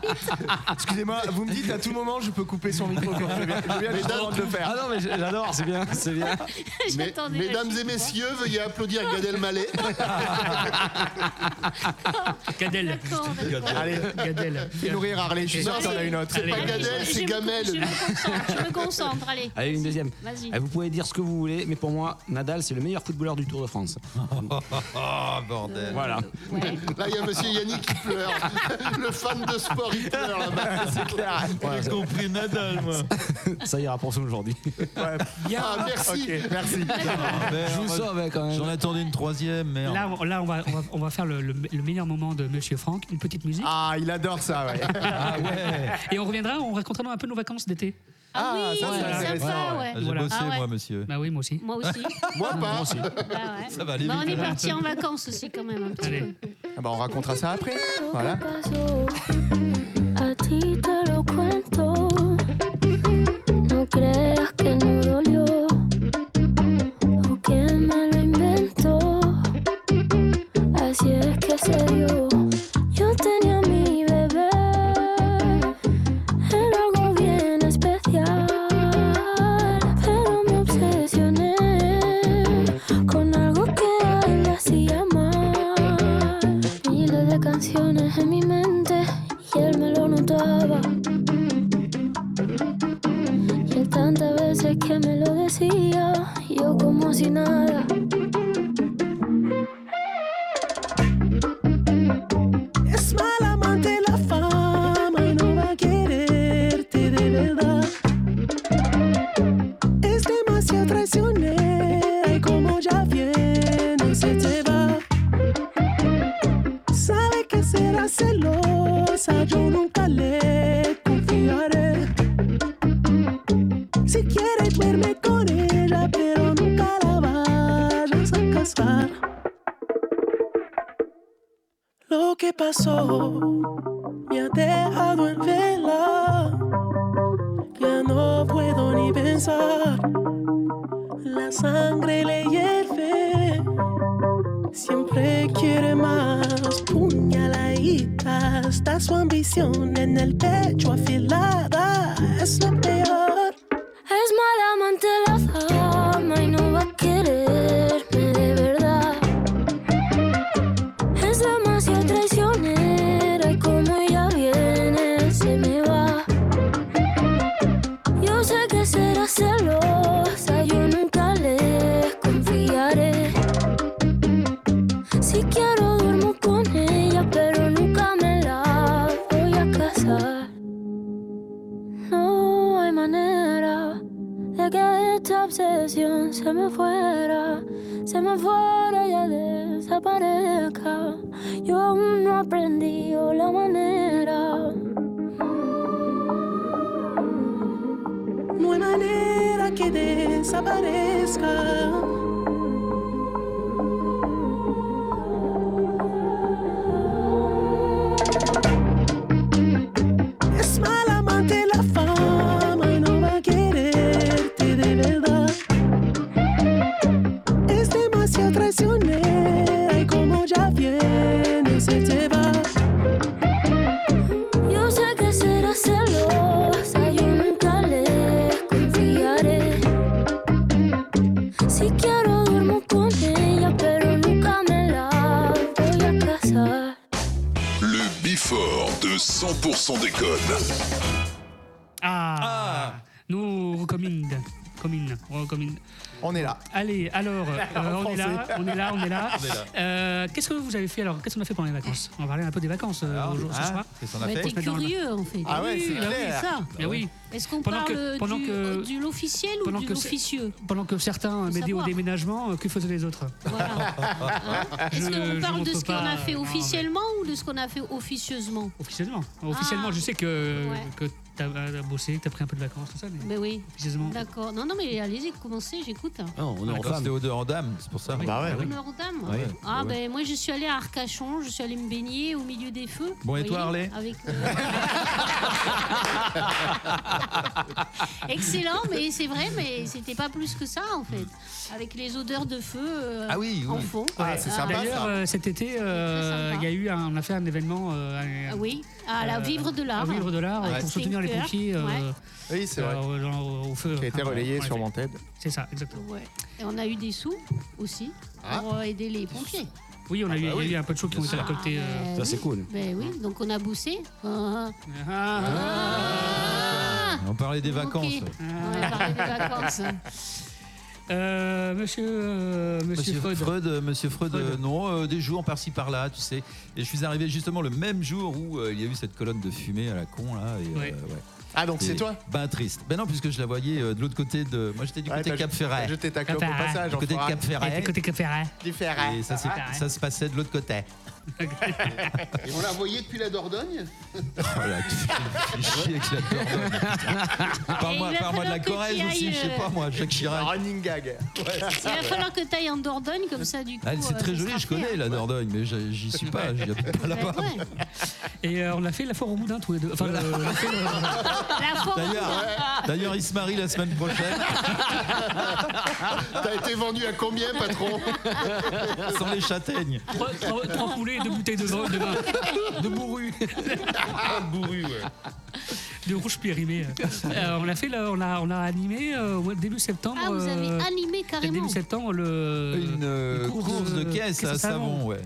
Excusez-moi, vous me dites à tout moment je peux couper son micro quand je viens, je viens juste avant de le faire. Ah non, mais j'adore, c'est bien, [LAUGHS] c'est bien. Mais- J'attendais la mesdames suite, et quoi. messieurs, [LAUGHS] veuillez applaudir Gad Elmaleh. Ah, Cadel. D'accord, d'accord. Allez, Cadel. fais nourrir Harley, je suis sûr que t'en as une autre. C'est pas Allez. Gad El, Je- je c'est me- Gamel. Je me concentre, je me concentre, allez. Allez, une deuxième. Vas-y. Eh, Vous pouvez dire ce que vous voulez, mais pour moi, Nadal, c'est le meilleur footballeur du Tour de France. Oh, bordel. Voilà. Ouais. Là, il y a monsieur Yannick qui [LAUGHS] pleure. Le fan de sport, il [LAUGHS] pleure là-bas. C'est clair. J'ai compris Nadal, moi. Ça ira pour ça aujourd'hui. Ah, merci. Ok, merci. Je vous sauvais quand même. J'en attendais une troisième, merde. Là, on, là, on va, on va, on va faire le, le- le meilleur moment de Monsieur Franck, une petite musique. Ah, il adore ça, ouais. Ah ouais. [LAUGHS] Et on reviendra, on racontera un peu nos vacances d'été. Ah, oui, ça, c'est c'est sympa, ouais. J'ai Voilà. bossé, Ah ouais. moi, monsieur. Bah oui, moi aussi. Moi aussi. Moi pas. Bah ouais. Ah Ça va aller Bah, on vite, est là. parti en vacances aussi quand même un petit peu. Allez. Ah bah on racontera ça après. Voilà. A ti te lo cuento. No creas que no dolió o que me lo inventó. Así es que se dio. Yo tenía a mi bebé. Era algo bien especial. Pero me obsesioné con algo que a él le hacía mal. Miles de canciones en mi mente y él me lo notaba. Y él tantas veces que me lo decía, yo como si nada. Es mal amante la fama y no va a quererte de verdad. Es demasiado traicionera y como ya viene se te va. Sabe que será celosa, yo nunca le confiaré. Si quiere duerme con ella, pero nunca la vayas Lo que pasó me ha dejado en vela. Ya no puedo ni pensar. La sangre le hierve. Siempre quiere más puñaladitas. Está su ambición en el pecho afilada. Es la peor. Es mala amante la fama y no va a quererme de verdad. Es demasiado traicionera y como ella viene se me va. Yo sé que será celosa, yo nunca le confiaré. Si quiero duermo con ella, pero nunca me la voy a casar. No hay manera de que esta obsesión se me fuera, se me fuera y ya desaparezca. Yo aún no aprendí la manera. No hay manera que desaparezca. Es mala amante la fama y no va a quererte de verdad. Es demasiado traicionera y como ya viene se te va. Yo sé que será celosa, yo nunca le confiaré. Si quiero duermo con ella, pero nunca me la voy a casar. Le Bifort de 100% déconne. Ah, Nous recommande. Commune, recommande. On est là. Allez, alors, euh, on, est là, Français. on est là, on est là, On est là. Euh, Qu'est-ce que vous avez fait alors Qu'est-ce qu'on a fait pendant les vacances On va parler un peu des vacances euh, aujourd'hui, ah, ce soir. qu'est-ce qu'on a Bah, fait Faut se T'es mettre dans le bain. curieux, en fait. Ah oui, bah oui, ça. Mais oui. Est-ce qu'on Pendant parle que- pendant du, que- du l'officiel ou pendant du que c'est- l'officieux Pendant que certains m'aidaient au savoir. déménagement, euh, que faisaient les autres Est-ce Je- qu'on parle je de rentre ce qu'on a pas, fait euh, non, officiellement ou de ce qu'on a fait officieusement Officiellement. Officiellement, je sais que, Ah. ouais. que t'as euh, bossé, que t'as pris un peu de vacances, tout ça, mais Ben oui. officieusement. D'accord. Non, non, mais allez-y, commencez, j'écoute. Non, Ah, on est en dame. C'était aux deux en dame, c'est pour ça. Bah ouais, oui. Honneur aux dames. Ouais. Ah Ouais. ben moi je suis allée à Arcachon, je suis allée me baigner au milieu des feux. Bon, et vous toi, voyez, Harley Avec [LAUGHS] euh, excellent, mais c'est vrai, mais c'était pas plus que ça en fait, avec les odeurs de feu euh, en fond. Ah, D'ailleurs, euh, cet été, euh, sympa. il y a eu un- on a fait un événement. euh, Ah oui, à la euh, vivre de l'art. à Vivre de l'art, euh, Ouais. pour soutenir les Cinq heures. pompiers. euh, Ouais. Oui, c'est vrai. euh, dans- au feu. Qui a été Enfin, relayé ouais, sur ouais. mon TED. C'est ça, exactement. Ouais. Et on a eu des sous aussi Ah. pour euh, aider les pompiers. Oui, on a eu, il y a eu un peu de choses qui ont été Ah, récoltées. euh, ben oui. Ben Mmh. oui, donc on a bossé. Ah. Ah. On parlait des vacances. Ah. Ok. On a parlé des vacances. Euh, monsieur, euh, monsieur, Monsieur Freud, Freud. euh, Monsieur Freud, euh, non, euh, des jours par-ci par-là, tu sais. Et je suis arrivé justement le même jour où euh, il y a eu cette colonne de fumée à la con là. et, euh, Ouais. ouais. Ah, donc Et c'est toi Ben triste. Ben non, puisque je la voyais euh, de l'autre côté de. Moi j'étais du Ouais, bah, côté t'as- Cap Ferret. t'as jeté ta clope au Ferret. passage, Du côté de enfoiré. Cap Ferret. Et du côté que faire Et ça, c'est- ça se passait de l'autre côté. Et on l'a envoyé depuis la [LAUGHS] Dordogne Voilà, tu [LAUGHS] fais chier avec la Dordogne. Parle-moi il va parle-moi de la falloir que Corrèze tu aussi, ailles, je sais euh, pas moi, Jacques Chirac. Running gag. Il va falloir que tu ailles en Dordogne comme ça du coup. Ah, c'est euh, très ça joli, sera je fait, connais hein. la Dordogne, mais j'y j'y suis pas, j'y habite pas là-bas. Ouais. [LAUGHS] Et euh, on l'a fait la foire au boudin tous les deux. Enfin, le- on l'a fait, euh, le- [LAUGHS] La forme. D'ailleurs, d'ailleurs, il se marie la semaine prochaine. T'as été vendu à combien, patron Sans [LAUGHS] les châtaignes. trois, trois- trois poulets et deux bouteilles de vin. De, vin. de bourru. [LAUGHS] bourru, ouais. [LAUGHS] De rouge périmé. Euh, on l'a fait, là, on a, on a animé euh, au début septembre. Ah, vous avez euh, animé carrément. Début septembre, le. Une euh, course, de caisse à savon, ouais. Euh,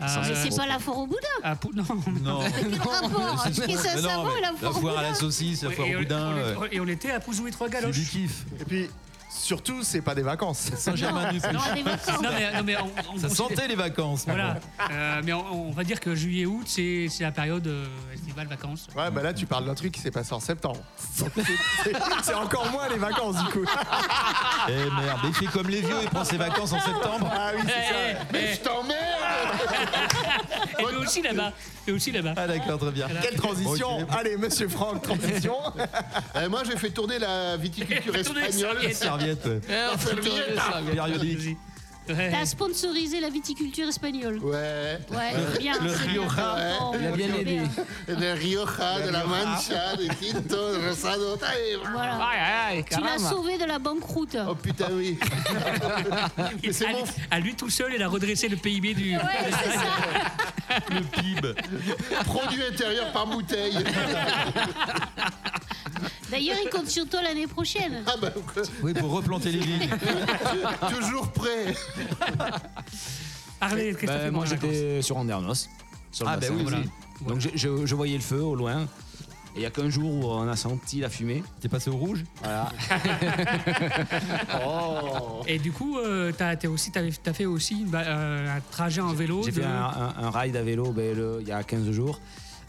Mais Ah, c'est pas la foire au boudin. Ah, pou- non, Non. [LAUGHS] Mais quel rapport Qu'est-ce que ça Mais non, savon mais et la foire au à la boudin saucisse, la Ouais, foire et au on- boudin. on est- ouais. Et on était à Pouzou et trois galoches. du kiff. Et puis, surtout, c'est pas des vacances. Non, non, mais, non, mais on, on Ça considère- sentait les vacances. Voilà. Euh, mais on, on va dire que juillet-août, c'est c'est la période euh, estivale, vacances. Ouais, bah là, tu parles d'un truc qui s'est passé en septembre. Donc, c'est- c'est- C'est encore moins les vacances, du [LAUGHS] coup. [LAUGHS] Eh merde, il fait comme les vieux, il prend ses vacances en septembre. Ah oui, c'est ça. Mais je t'emmerde Et aussi là-bas. Et aussi là-bas. Ah d'accord, très bien. Quelle transition Allez, monsieur Franck, [LAUGHS] transition. Euh, Moi, j'ai fait tourner la viticulture Tourner les espagnole. serviettes. Serviette, ouais. La serviette. Périodique. T'as sponsorisé la viticulture espagnole. Ouais. Ouais, bien. Le c'est Rioja, bien. ouais. Oh, Il a bien c'est aidé. Le Rioja, de la Rioja. Mancha, de Quito, de Rosado. Ay, Voilà. tu l'as sauvé de la banqueroute. Oh putain, oui. à, lui, à lui tout seul, il a redressé le PIB du. [LAUGHS] Produit intérieur par [LAUGHS] bouteille. D'ailleurs, il compte sur toi l'année prochaine. Ah bah, Oui, pour [LAUGHS] replanter les vignes. Toujours prêt. Parlez, Ben, Christophe. Moi, j'étais sur Andernos. sur le Ah, ben bassin. oui, voilà. Donc, je, je- je voyais le feu au loin. Et il n'y a qu'un jour où on a senti la fumée. T'es passé au rouge Voilà. Oh. Et du coup, euh, t'as t'es aussi, t'avais- t'as fait aussi bah, euh, un trajet en vélo. J'ai de- fait un, un- un ride à vélo ben, le- il y a 15 jours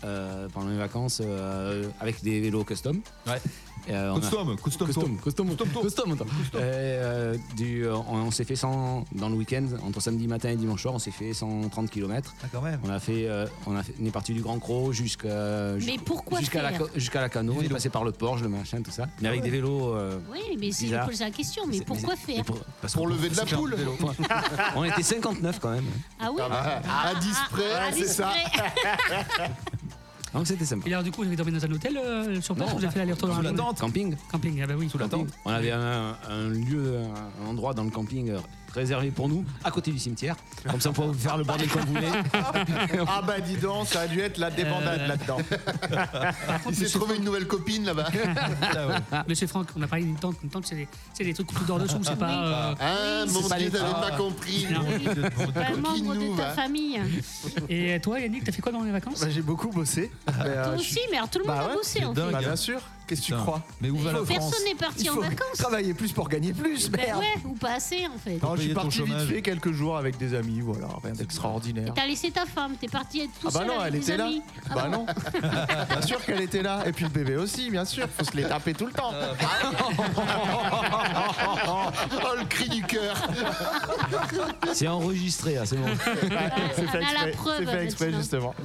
euh, pendant mes vacances euh, avec des vélos custom. Ouais. Euh, on a- Custom, custom, custom, custom, custom, tour. attends. Euh, euh, du, on, on s'est fait 100 dans le week-end entre samedi matin et dimanche soir, on s'est fait 130 km. Ah, quand même. On a fait, euh, on a fait- on est parti du Grand Croc jusqu'à Mais pourquoi jusqu'à la faire co- jusqu'à la Cano, on est passé par le Porche, le machin, tout ça, mais avec des vélos. euh, Oui, mais c'est bizarres. pose la question. Mais pourquoi faire pour- parce Pour que- lever de la parce que- poule. [LAUGHS] On était 59 quand même. Ah oui bah, À 10 près, ah, c'est ça. Donc c'était sympa. Et alors, du coup, vous avez dormi dans un hôtel euh, sur place Non. ou Vous avez fait l'aller-retour dans Sous la la journée tente. Camping. Camping, ah bah oui. Sous la tente. On avait un, un lieu, un endroit dans le camping euh, réservé pour nous, à côté du cimetière. Comme ça, on pouvait faire le bordel comme vous voulez. Ah bah dis donc, ça a dû être la débandade Euh. là-dedans. Il s'est trouvé une nouvelle [LAUGHS] copine là-bas. [LAUGHS] Monsieur Franck, on a parlé d'une tente. Une tente, c'est des, c'est des trucs que tu dors dessous, c'est pas. euh, Ah, c'est mon pas Dieu, les t'avais tentes. pas compris. Non. Pas un membre de hein. ta famille. Et toi, Yannick, t'as fait quoi dans les vacances Bah, J'ai beaucoup bossé. Toi aussi, mais alors tout Ah le monde a bossé en fait. Bah bien sûr, qu'est-ce que tu crois hein. Mais où va la Personne France n'est parti Il en faut vacances. Travailler plus pour gagner plus, Ben merde. ouais, ou pas assez en fait. Non, je suis payer ton parti vite chômage. fait quelques jours avec des amis, voilà, rien d'extraordinaire. T'as laissé ta femme, t'es parti être tout Ah bah seul non, avec elle tes était là. amis. Ah Bah [LAUGHS] non. Bien sûr qu'elle était là. Et puis le bébé aussi, bien sûr. Faut se les taper tout le temps. [LAUGHS] Oh, le cri du cœur. C'est enregistré, là, c'est bon. [LAUGHS] C'est fait On a la exprès, preuve, c'est fait exprès maintenant. justement.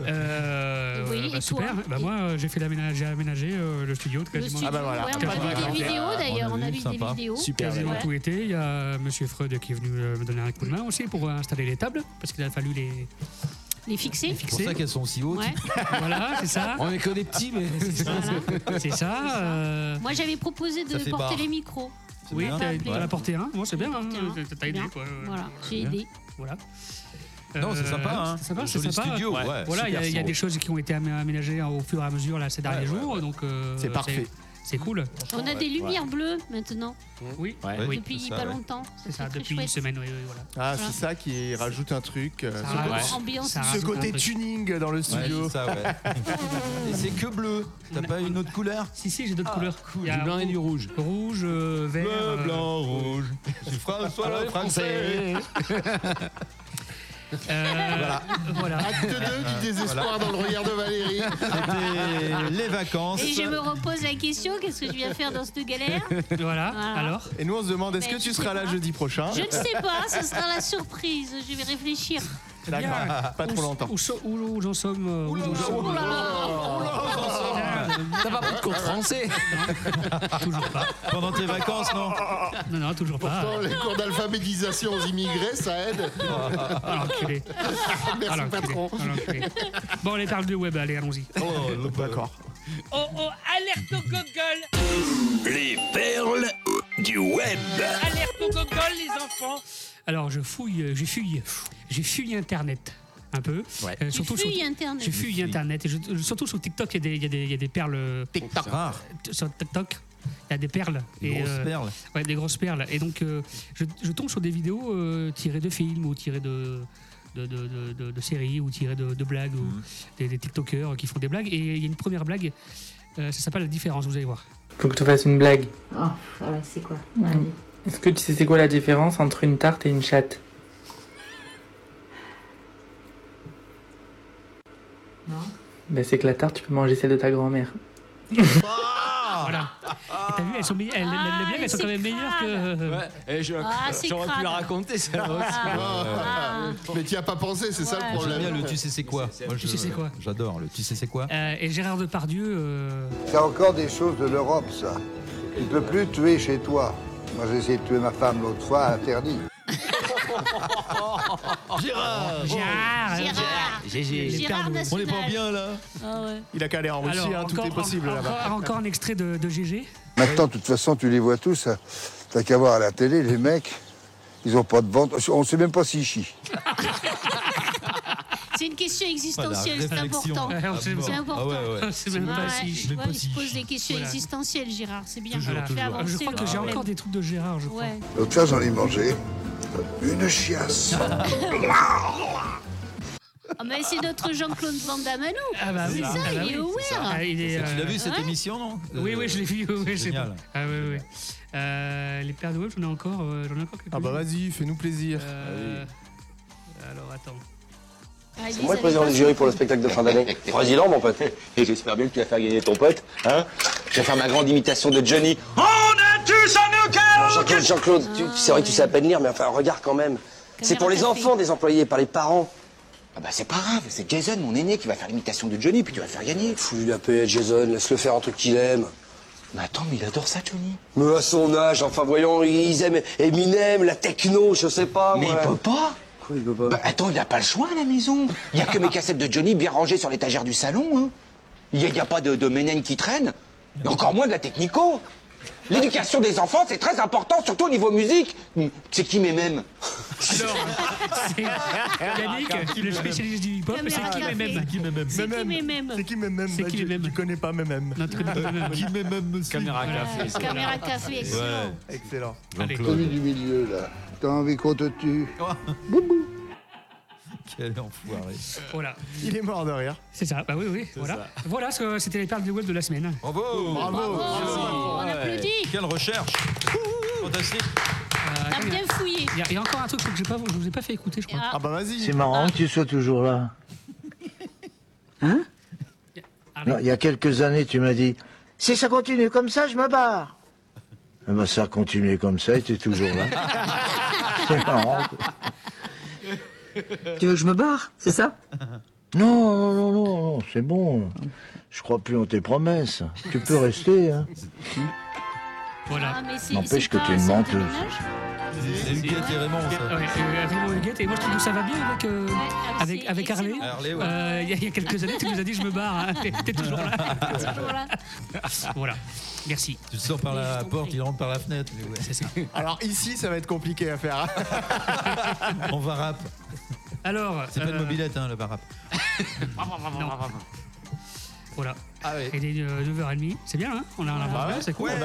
Euh, Oui, bah, et super. toi Bah, moi, euh, j'ai fait l'aménager, j'ai aménagé euh, le studio. Le quasiment- studio, ouais, on a vu des vidéos d'ailleurs, on a vu des vidéos. Quasiment Ouais. tout été. Il y a euh, Monsieur Freud qui est venu euh, me donner un coup de main aussi pour euh, installer les tables, parce qu'il a fallu les Les fixer. fixer. sont si hautes. Ouais. [LAUGHS] Voilà, c'est ça. On est que des petits, mais. C'est ça. euh, Moi j'avais proposé Ça de fait porter barre. les micros. Oui, On m'a t'as appelé. t'en as apporté un. Bon, c'est bien. hein, Porté un. t'as- T'as aidé, Bien. quoi. Voilà, j'ai aidé. Voilà. Euh, Non, c'est sympa, hein. C'est sympa, c'est Joli sympa. studio, ouais, voilà, il y a- super il y, a son. des choses qui ont été amé- aménagées hein, au fur et à mesure là, ces derniers ouais, jours, donc euh, C'est parfait. C'est cool. On a des lumières bleues maintenant. Oui. Oui, Depuis c'est ça, pas ouais. longtemps. C'est ça, très depuis une chouette. semaine, oui, oui, voilà. Ah, Voilà. c'est ça qui rajoute un truc. euh, Ça ce rajoute côté- une ambiance. Ça ce rajoute un côté truc. tuning dans le studio. c'est [LAUGHS] ça, [LAUGHS] ouais. Et c'est que bleu. T'as pas une autre couleur Ah, Si, si, j'ai d'autres couleurs. Il y a Du blanc et du rouge. Rouge, euh, vert. Bleu, euh, blanc, rouge. C'est François le Ah, français. [LAUGHS] euh, Voilà. voilà. Acte 2 du désespoir dans le regard de Valérie. C'était les vacances. Et je me repose la question, qu'est-ce que je viens faire dans cette galère Voilà. Voilà, alors Et nous on se demande est-ce Mais que je tu sais seras là pas. jeudi Hein prochain Je ne sais [LAUGHS] pas, ce sera la surprise, je vais réfléchir. Bien. D'accord, pas trop Où- longtemps. Où, so- où- où j'en sommes euh, où j'en Ah, sommes [LAUGHS] T'as pas pris de cours de français Toujours pas. Pendant tes vacances, non Non, non, toujours pas. Pourtant, les cours d'alphabétisation aux immigrés, ça aide. Ah, l'enculé. Ah, [LAUGHS] Merci, l'enculé. patron. Ah, l'enculé. Bon, on les parle du web, allez, allons-y. D'accord. [LAUGHS] Oh oh, alerte au Google Les perles du web. Alerte au Google, les enfants Alors, je fouille, euh, je fuis, je fuis Internet un peu. Euh, Tu fuis sur- Internet. Je fuis Internet. Et je- je- surtout sur TikTok, il y a des- il y, a des- il y a des perles. TikTok. Rare. Sur TikTok, il y a des perles. euh, Des grosses perles. Ouais, des grosses perles. Et donc, euh, je, je tombe sur des vidéos euh, tirées de films ou tirées de. De, de- de- de- de séries ou tirées de, de blagues Mhm. ou des, des TikTokers qui font des blagues. Et il y a une première blague, euh, ça s'appelle La différence, vous allez voir. Faut que tu fasses une blague. Ah, ouais, c'est quoi Est-ce que tu sais c'est quoi la différence entre une tarte et une chatte Non. Ben c'est que la tarte, tu peux manger celle de ta grand-mère. Ah. Voilà. Et t'as vu, elles sont, meille- elles- les- les blagues, elles sont quand même meilleures que. [LAUGHS] Et je- Ah, c'est J'aurais pu crade. la raconter, celle-là Ah. aussi. Mais tu as pas pensé, c'est ça le J'aime problème. bien le tu sais c'est quoi. Moi, Tu je- sais c'est quoi J'adore le tu sais c'est quoi. Euh, et Gérard Depardieu. euh, C'est encore des choses de l'Europe, ça. Tu peux plus tuer chez toi. Moi, j'ai essayé de tuer ma femme l'autre fois, interdit. Gérard Gérard Gérard Gégé. Gérard On est pas National. bien là Ah ouais. Il a qu'à aller en Russie, Alors, hein, tout encore- est possible encore- là-bas. Encore un extrait de, de GG. Maintenant, de toute façon, tu les vois tous. hein. T'as qu'à voir à la télé, les mecs, ils ont pas de ventre. On sait même pas s'ils chient. C'est une question existentielle, Voilà, c'est réflexion. important. Ah, C'est bon. Ah important. ouais, ouais. C'est même pas si- tu même vois, pas il se si- pose des questions Voilà. existentielles, Gérard. C'est bien. Toujours, Voilà. toujours. Fais avancer Je crois le que j'ai Ah problème. encore des trucs de Gérard, je crois. Ouais. L'autre fois, j'en ai mangé une chiasse. [LAUGHS] Ah, mais c'est notre Jean-Claude Van Damme à nous. Ah bah c'est oui, ça, ah bah il est oui, aware. c'est ça. Ah, il est, Tu l'as euh, vu cette ouais. émission non Oui, oui, je l'ai vu. oui, c'est génial. Ah, oui, oui. Euh, les Pères Noël, j'en ai encore, euh, j'en ai encore quelques Ah bah vas-y, fais-nous plaisir. Ah Alors attends. Ah, C'est moi le président du jury pour le spectacle de fin d'année. Président, mon pote. [LAUGHS] Et j'espère bien que tu vas faire gagner ton pote. Hein je vais faire ma grande imitation de Johnny. On a tous un Bon, nucléaire Jean-Claude, Jean-Claude, tu- c'est vrai que tu sais à peine lire, mais enfin, regarde quand même. C'est pour les enfants des employés, pas les parents. Ah bah c'est pas grave, c'est Jason, mon aîné, qui va faire l'imitation de Johnny, puis tu vas faire gagner. Fous-lui la paix, Jason, laisse-le faire un truc qu'il aime. Mais attends, mais il adore ça, Johnny. Mais à son âge, enfin voyons, ils aiment Eminem, la techno, je sais pas. Mais il peut pas Pourquoi il peut pas bah, attends, il n'a pas le choix à la maison. Il n'y a que mes cassettes de Johnny bien rangées sur l'étagère du salon. hein. Il n'y a, il y a pas de, de Ménène qui traîne. Et encore moins de la Technico. L'éducation des enfants, c'est très important, surtout au niveau musique. Hum, C'est qui mes mêmes [LAUGHS] C'est [LAUGHS] Yannick, le spécialiste du hip-hop, c'est qui les mêmes qui même C'est qui les mêmes C'est qui même C'est qui les mêmes Tu connais pas mes mêmes. Notre Euh, Qui même même Caméra café, c'est Caméra bien. café, excellent. Excellent. Celui du milieu, là. T'as envie qu'on te tue Quel enfoiré. Voilà. Il est mort de rire. C'est ça, bah oui, oui, voilà. Voilà, ce que- c'était les perles du web de la semaine. Bravo Bravo. On applaudit. Quelle recherche Fantastique T'as bien fouillé. Ah, Il y a- il y, a encore un truc que j'ai pas- je vous ai pas fait écouter, je crois. Ah bah vas-y. C'est marrant que tu sois [LAUGHS] toujours là. Hein Non, Il y a quelques années, tu m'as dit Si ça continue comme ça, je me barre. Eh ben, ça a continué comme ça et tu es toujours [LAUGHS] là. c'est marrant. Tu veux que je me barre, c'est ça Non, non, non, non, non, c'est bon. Je crois plus en tes promesses. Tu peux rester. Hein. Ah, Voilà. N'empêche que tu es une menteuse. C'est Huguette et Raymond, ça. Ouais, euh, Raymond Huguette, et moi je trouve que ça va bien avec, euh, ah, bah, avec, avec Harley. Harley, ouais. Euh, Il y, a- il y a quelques années, tu nous as dit je me barre, hein. [LAUGHS] T'es- t'es toujours là. voilà. Merci. Tu sors par la porte, il rentre par la fenêtre. mais ouais. [LAUGHS] Alors ici, ça va être compliqué à faire. On va rap. Alors. euh, C'est pas une mobilette, hein, le va rap. Non. Voilà. Il est euh, 9h30. C'est bien, hein On a un avance, Ah ouais. c'est cool. Ouais,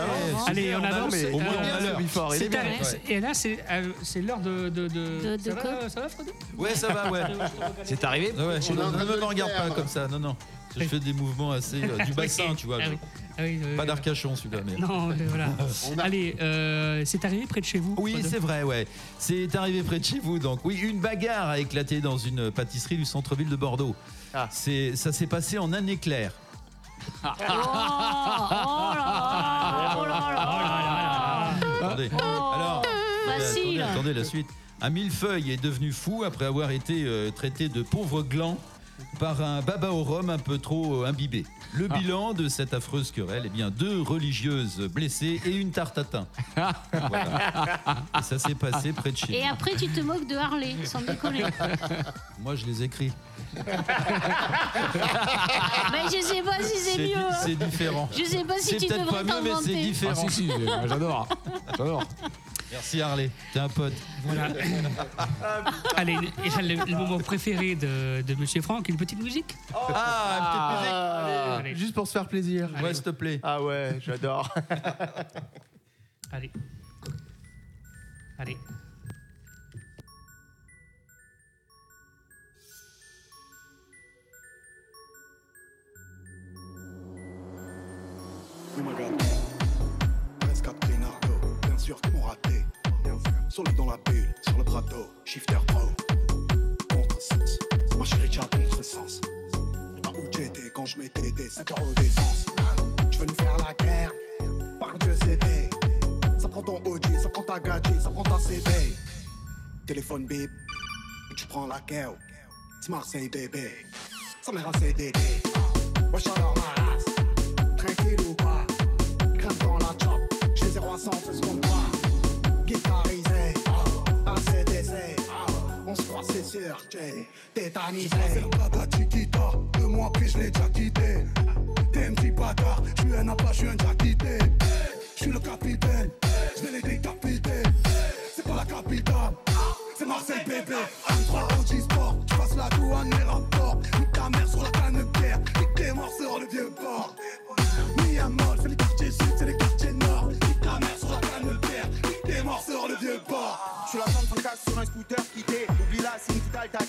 c'est Allez, bien, on on avance. Euh, avance, au moins, on a l'heure. Before, il est c'est bien. à- Ouais. c'est- Et là, c'est euh, c'est l'heure de. de, de, de ça, quoi va, ça va, Fredo Ouais, ça va, ouais. C'est arrivé Ouais, ouais, je- On est en non, train ne de me le regarde pas faire. comme ça, non, non. Je fais des mouvements assez euh, [LAUGHS] du bassin, tu vois. Ah je- oui. Ah oui, euh, Pas d'arcachon celui-là, mais. Non, euh, [LAUGHS] voilà. Allez, euh, c'est arrivé près de chez vous. Oui, c'est vrai, ouais. C'est arrivé près de chez vous, donc. Oui, une bagarre a éclaté dans une pâtisserie du centre-ville de Bordeaux. C'est, ça s'est passé en un éclair. Oh, oh Attendez. Alors, attendez, Oh. Facile. attendez, attendez la suite. Un millefeuille est devenu fou après avoir été euh, traité de pauvre gland par un baba au rhum un peu trop euh, imbibé. Le Ah. bilan de cette affreuse querelle, eh bien, deux religieuses blessées et une tarte [LAUGHS] à thym. Voilà. Et ça s'est passé près de chez Ah, Et nous. après, tu te moques de Harley, sans [LAUGHS] déconner. Moi, je les écris. Mais je sais pas si c'est C'est di- mieux. hein. c'est différent. Je sais pas si C'est tu peut-être devrais pas t'en mieux, mais c'est vanter. différent. Ah, si, si, euh, j'adore. J'adore. Merci Harley, t'es un pote. Voilà. [LAUGHS] Allez, le, le moment préféré de, de Monsieur Franck, une petite musique. Ah, Allez. Juste pour se faire plaisir. Ouais, s'il te plaît. Ah ouais, [LAUGHS] j'adore. Allez. Allez. Oh my god. Presque après Nardo, bien sûr qu'ils m'ont raté. Solo dans la bulle, sur le brado, shifter pro. Contre-sens, ma chérie, tu as contre-sens. Et pas où tu étais quand je mettais des 5 euros d'essence. Tu veux nous faire la guerre, par Dieu c'était. Ça prend ton Audi, ça prend ta gadget, ça prend ta CD. Téléphone bip, et tu prends la guerre. C'est Marseille bébé, ça m'a rassé d'aider. Moi j'adore ma race, tranquille ou pas. Crève dans la chop, j'ai 0 à 100, faisons quoi ah, on se croit, c'est sûr, j'ai tétanisé. Papa Chiquita, deux mois après, je l'ai déjà quitté. T'es un petit bâtard, je suis un appât, je suis un déjà quitté. Je suis le capitaine, je vais les décapiter. C'est pas la capitale, c'est Marseille, bébé. 3 anti sport, je passe la douane, mes rapports. Nique ta mère sur la canne pierre, nique tes morts sur le vieux port. Miamol, c'est les quartiers sud, c'est les quartiers nord. Nique ta mère sur la canne pierre, nique tes morts sur le vieux port. Je suis la grande fracasse sur un scooter quitté. Oublie là, c'est une vitale t'as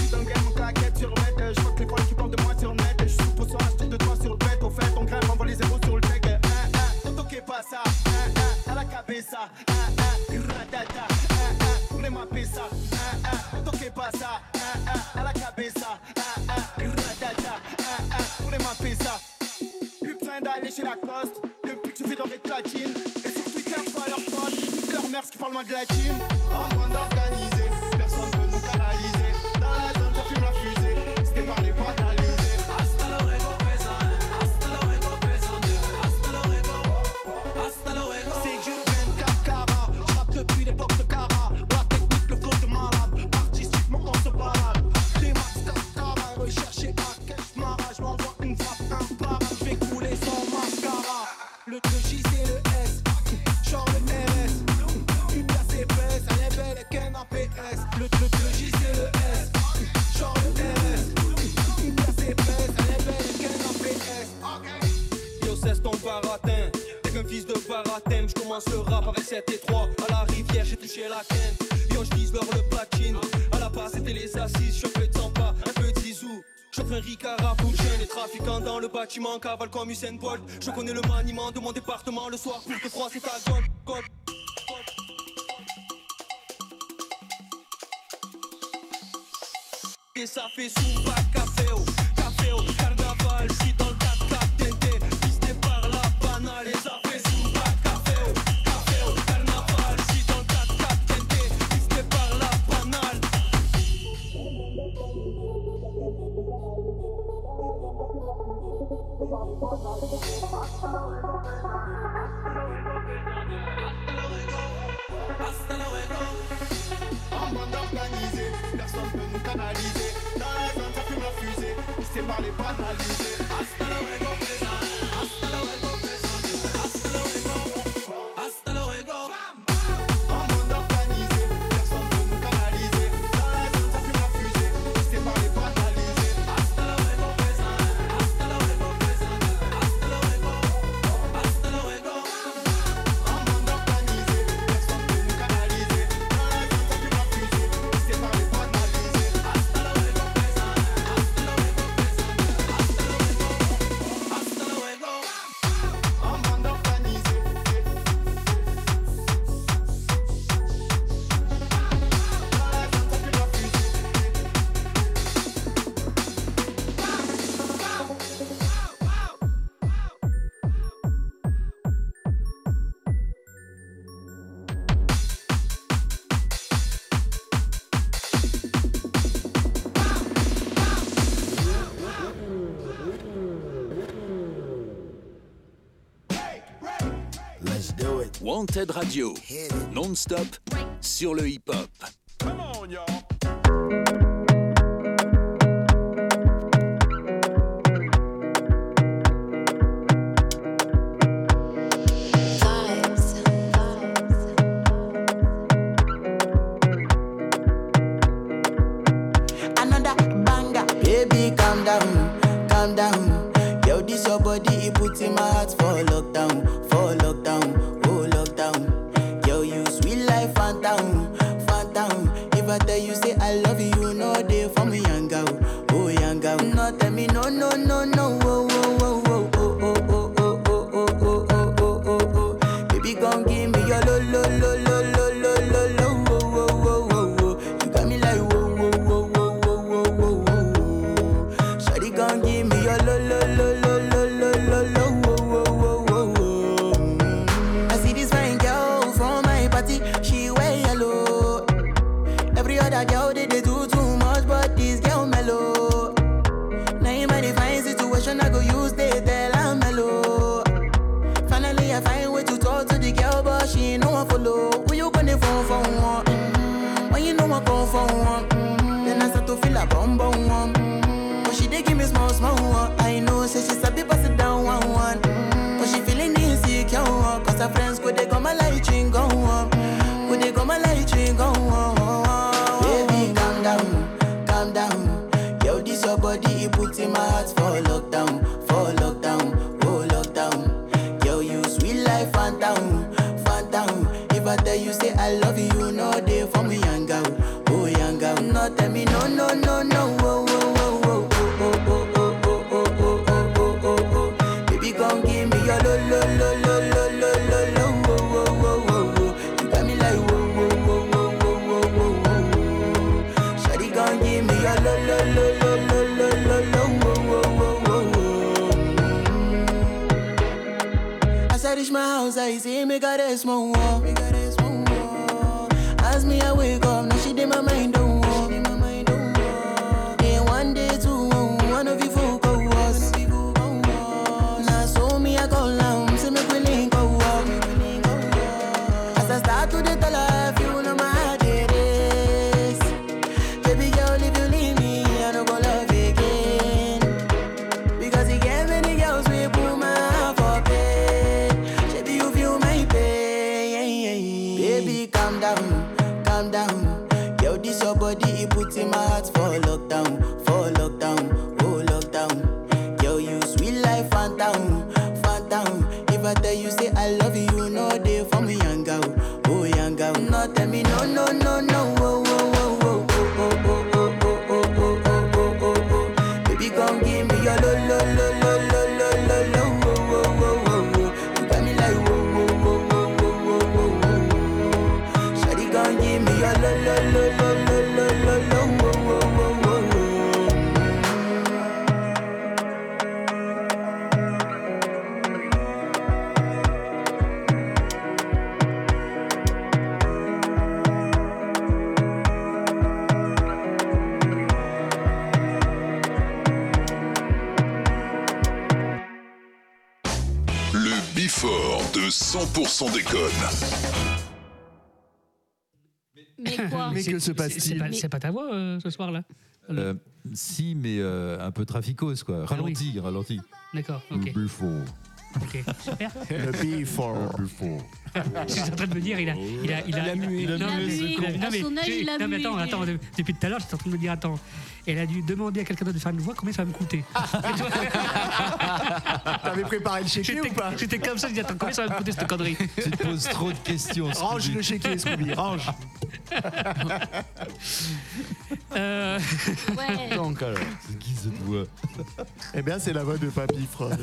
suis dans le game en claquette sur net. Je vois que les folles qui parlent de moi sur net. Je suis pour sur un tour de toi sur le bête. Au fait, on grimpe, on voit les zéros sur le deck. Hein, hein, ne toquez pas ça. Hein, hein, à la cabeza. Hein, hein, ratata. Hein, hein, voulez m'appeler ça. Hein, hein, ne toquez pas ça. Hein, hein, à la cabeza. Hein, hein, ratata. Hein, hein, voulez m'appeler ça. Plus besoin d'aller chez Lacoste. Depuis que je fais dans mes platines. Et sur Twitter, je vois leurs potes. Toutes leurs mères qui parlent mal de la team. En bande organisée. Personne peut nous canaliser. Dans la zone, je fume la fusée. C'était par les potes alisés. Hasta luego, pesan. Hasta luego, pesan. Hasta luego. Hasta luego. C'est du 24 carats. Je rappe depuis l'époque de Cara. La technique, le flow de malade. Artistiquement, on se balade. Des masters cara. Recherché à cash mara. Je m'envoie une frappe, un para. Je vais couler sans mascara. Le, le J, c'est le S. Genre le RS. Une place épaisse. Elle est belle et qu'un APS. Le, le, le J, c'est le S. Genre le RS. Une place épaisse. Elle est belle et qu'un APS. Yo, cesse ton baratin. T'es qu'un fils de baratin. Je commence le rap avec 7 et 3. À la rivière, j'ai touché la quinte. Yo, je vise l'or le platine. À la base, c'était les assises. Je fais de samba, un peu de zizou. J'offre un Ricard pour jeune les trafiquants dans le bâtiment cavale comme Usain Bolt. Je connais le maniement de mon département le soir pour que froid c'est ta gomme, gomme. Et ça fait soumba caféo, caféo, carnaval, je suis dans le 4 TT, pisté par la banale. Et ça fait soumba caféo, caféo, carnaval, je suis dans le 4 TT, pisté par la banale. En bande organisée, personne peut nous canaliser. Dans la zone, ça fume la fusée, on sait par les banaliser. Hasta luego, présent. Hasta luego, présent. Hasta luego. Hasta luego. En bande organisée, personne peut nous canaliser. Dans la zone, ça fume la fusée, on sait par les banaliser. Hasta luego, présent. Hasta luego, présent. Hasta luego. Hasta luego. En bande organisée, personne peut nous canaliser. Dans la zone, ça fume la fusée, on sait par les banaliser. Hasta luego, présent. Hasta luego, présent. Hasta luego. Hasta luego. En bande organisée. Wanted Radio, non-stop, sur le hip-hop. Another banger. Baby, calm down, calm down. Yo, this your body, it puts in my heart for lockdown, for lockdown, oh lockdown. Yo, you sweet life, phantom, phantom. If I tell you, say I love you, you know they for me, young girl, oh young girl. No, tell me, no, no, no, no, oh, oh, oh, oh, oh, oh, oh, oh, oh, oh, oh, oh, oh, oh, oh. Baby, gon' give me your lo, lo, lo, lo, lo, lo, lo, lo, oh, oh, oh, oh, oh. You got me like, oh, oh, oh, oh, oh, oh, oh, oh. Shawty gon' give me your lo lo lo lo lo lo lo lo wo wo wo wo wo. I see this fine girl from my party, she wear yellow. Every other girl they, they do too much, but this girl mellow. Now you might find situation Mm-hmm. hearts for lockdown, for lockdown, oh lockdown. Yo, you sweet life, phantom, phantom. If I tell you say I love you, no day for me, yanga, oh yanga. No tell me no, no, no, no, oh, oh, oh, oh, oh, oh, oh. Baby, gon' give me your lo lo lo lo lo lo lo lo wo wo wo wo wo. You got me like wo wo wo wo wo wo wo wo. Shawty gon' give me your lo lo lo lo lo lo lo lo wo wo wo wo wo. Mm. As I reach my house, I see me got a small wall. Me got a small wall. As me I wake up, now she did my mind don't walk. Then one day two, one of you fool go was. Now so me I go long, see me willing go walk. As I start to dey tell her, if you know my heart it is. Baby girl, if you leave me, I no go love again. Because you get many girls we put my heart for bed. Baby, you feel my pain. Baby, calm down, calm down. Yo, this your body, it puts in my heart for lockdown, for lockdown, oh lockdown. Yo, you sweet life, phantom, phantom. oh. If I tell you, say I love you, no day for me, young girl, oh young girl. No, tell me, no, no, no, no, oh, oh, oh, oh, oh, oh, oh, oh, oh, oh, oh, oh, oh, oh, oh. Baby, come give me your lo, lo, lo, lo, lo, lo, lo, lo, oh, oh, oh, oh, oh. You got me like, oh, oh, oh, oh, oh, oh, oh, oh, oh. Shawty, come give me your lo, lo, lo, lo, lo, lo, lo, lo, oh, oh, oh, oh, oh, oh. Le Bifort de 100% déconne. Mais quoi Mais que se C'est- passe-t-il c'est pas- C'est pas ta voix euh, ce soir-là Euh, si, mais euh, un peu traficose, quoi. Ralenti, ralenti. D'accord, Ah ok. Le Bifort. Ok, super. Le Bifort. Le Bifort. Je suis en train de me dire, il a, Oh. il a, il a, mué. Il a Non, mué, mais- ce non, con. mais- À son âge, j'ai- il a non, mais mué. attends, attends, de- depuis tout à l'heure, j'étais en train de me dire, attends, elle a dû demander à quelqu'un d'autre de faire une voix, combien ça va me coûter [LAUGHS] T'avais préparé le chéquier ou pas J'étais comme ça, je dis, attends, combien ça va me coûter cette connerie Tu te poses trop de questions. Oh, Range le chéquier, Scooby, range. [LAUGHS] Euh... Ouais. Donc alors, guise de euh. voix. Eh bien, c'est la voix de Papy [LAUGHS] Freud.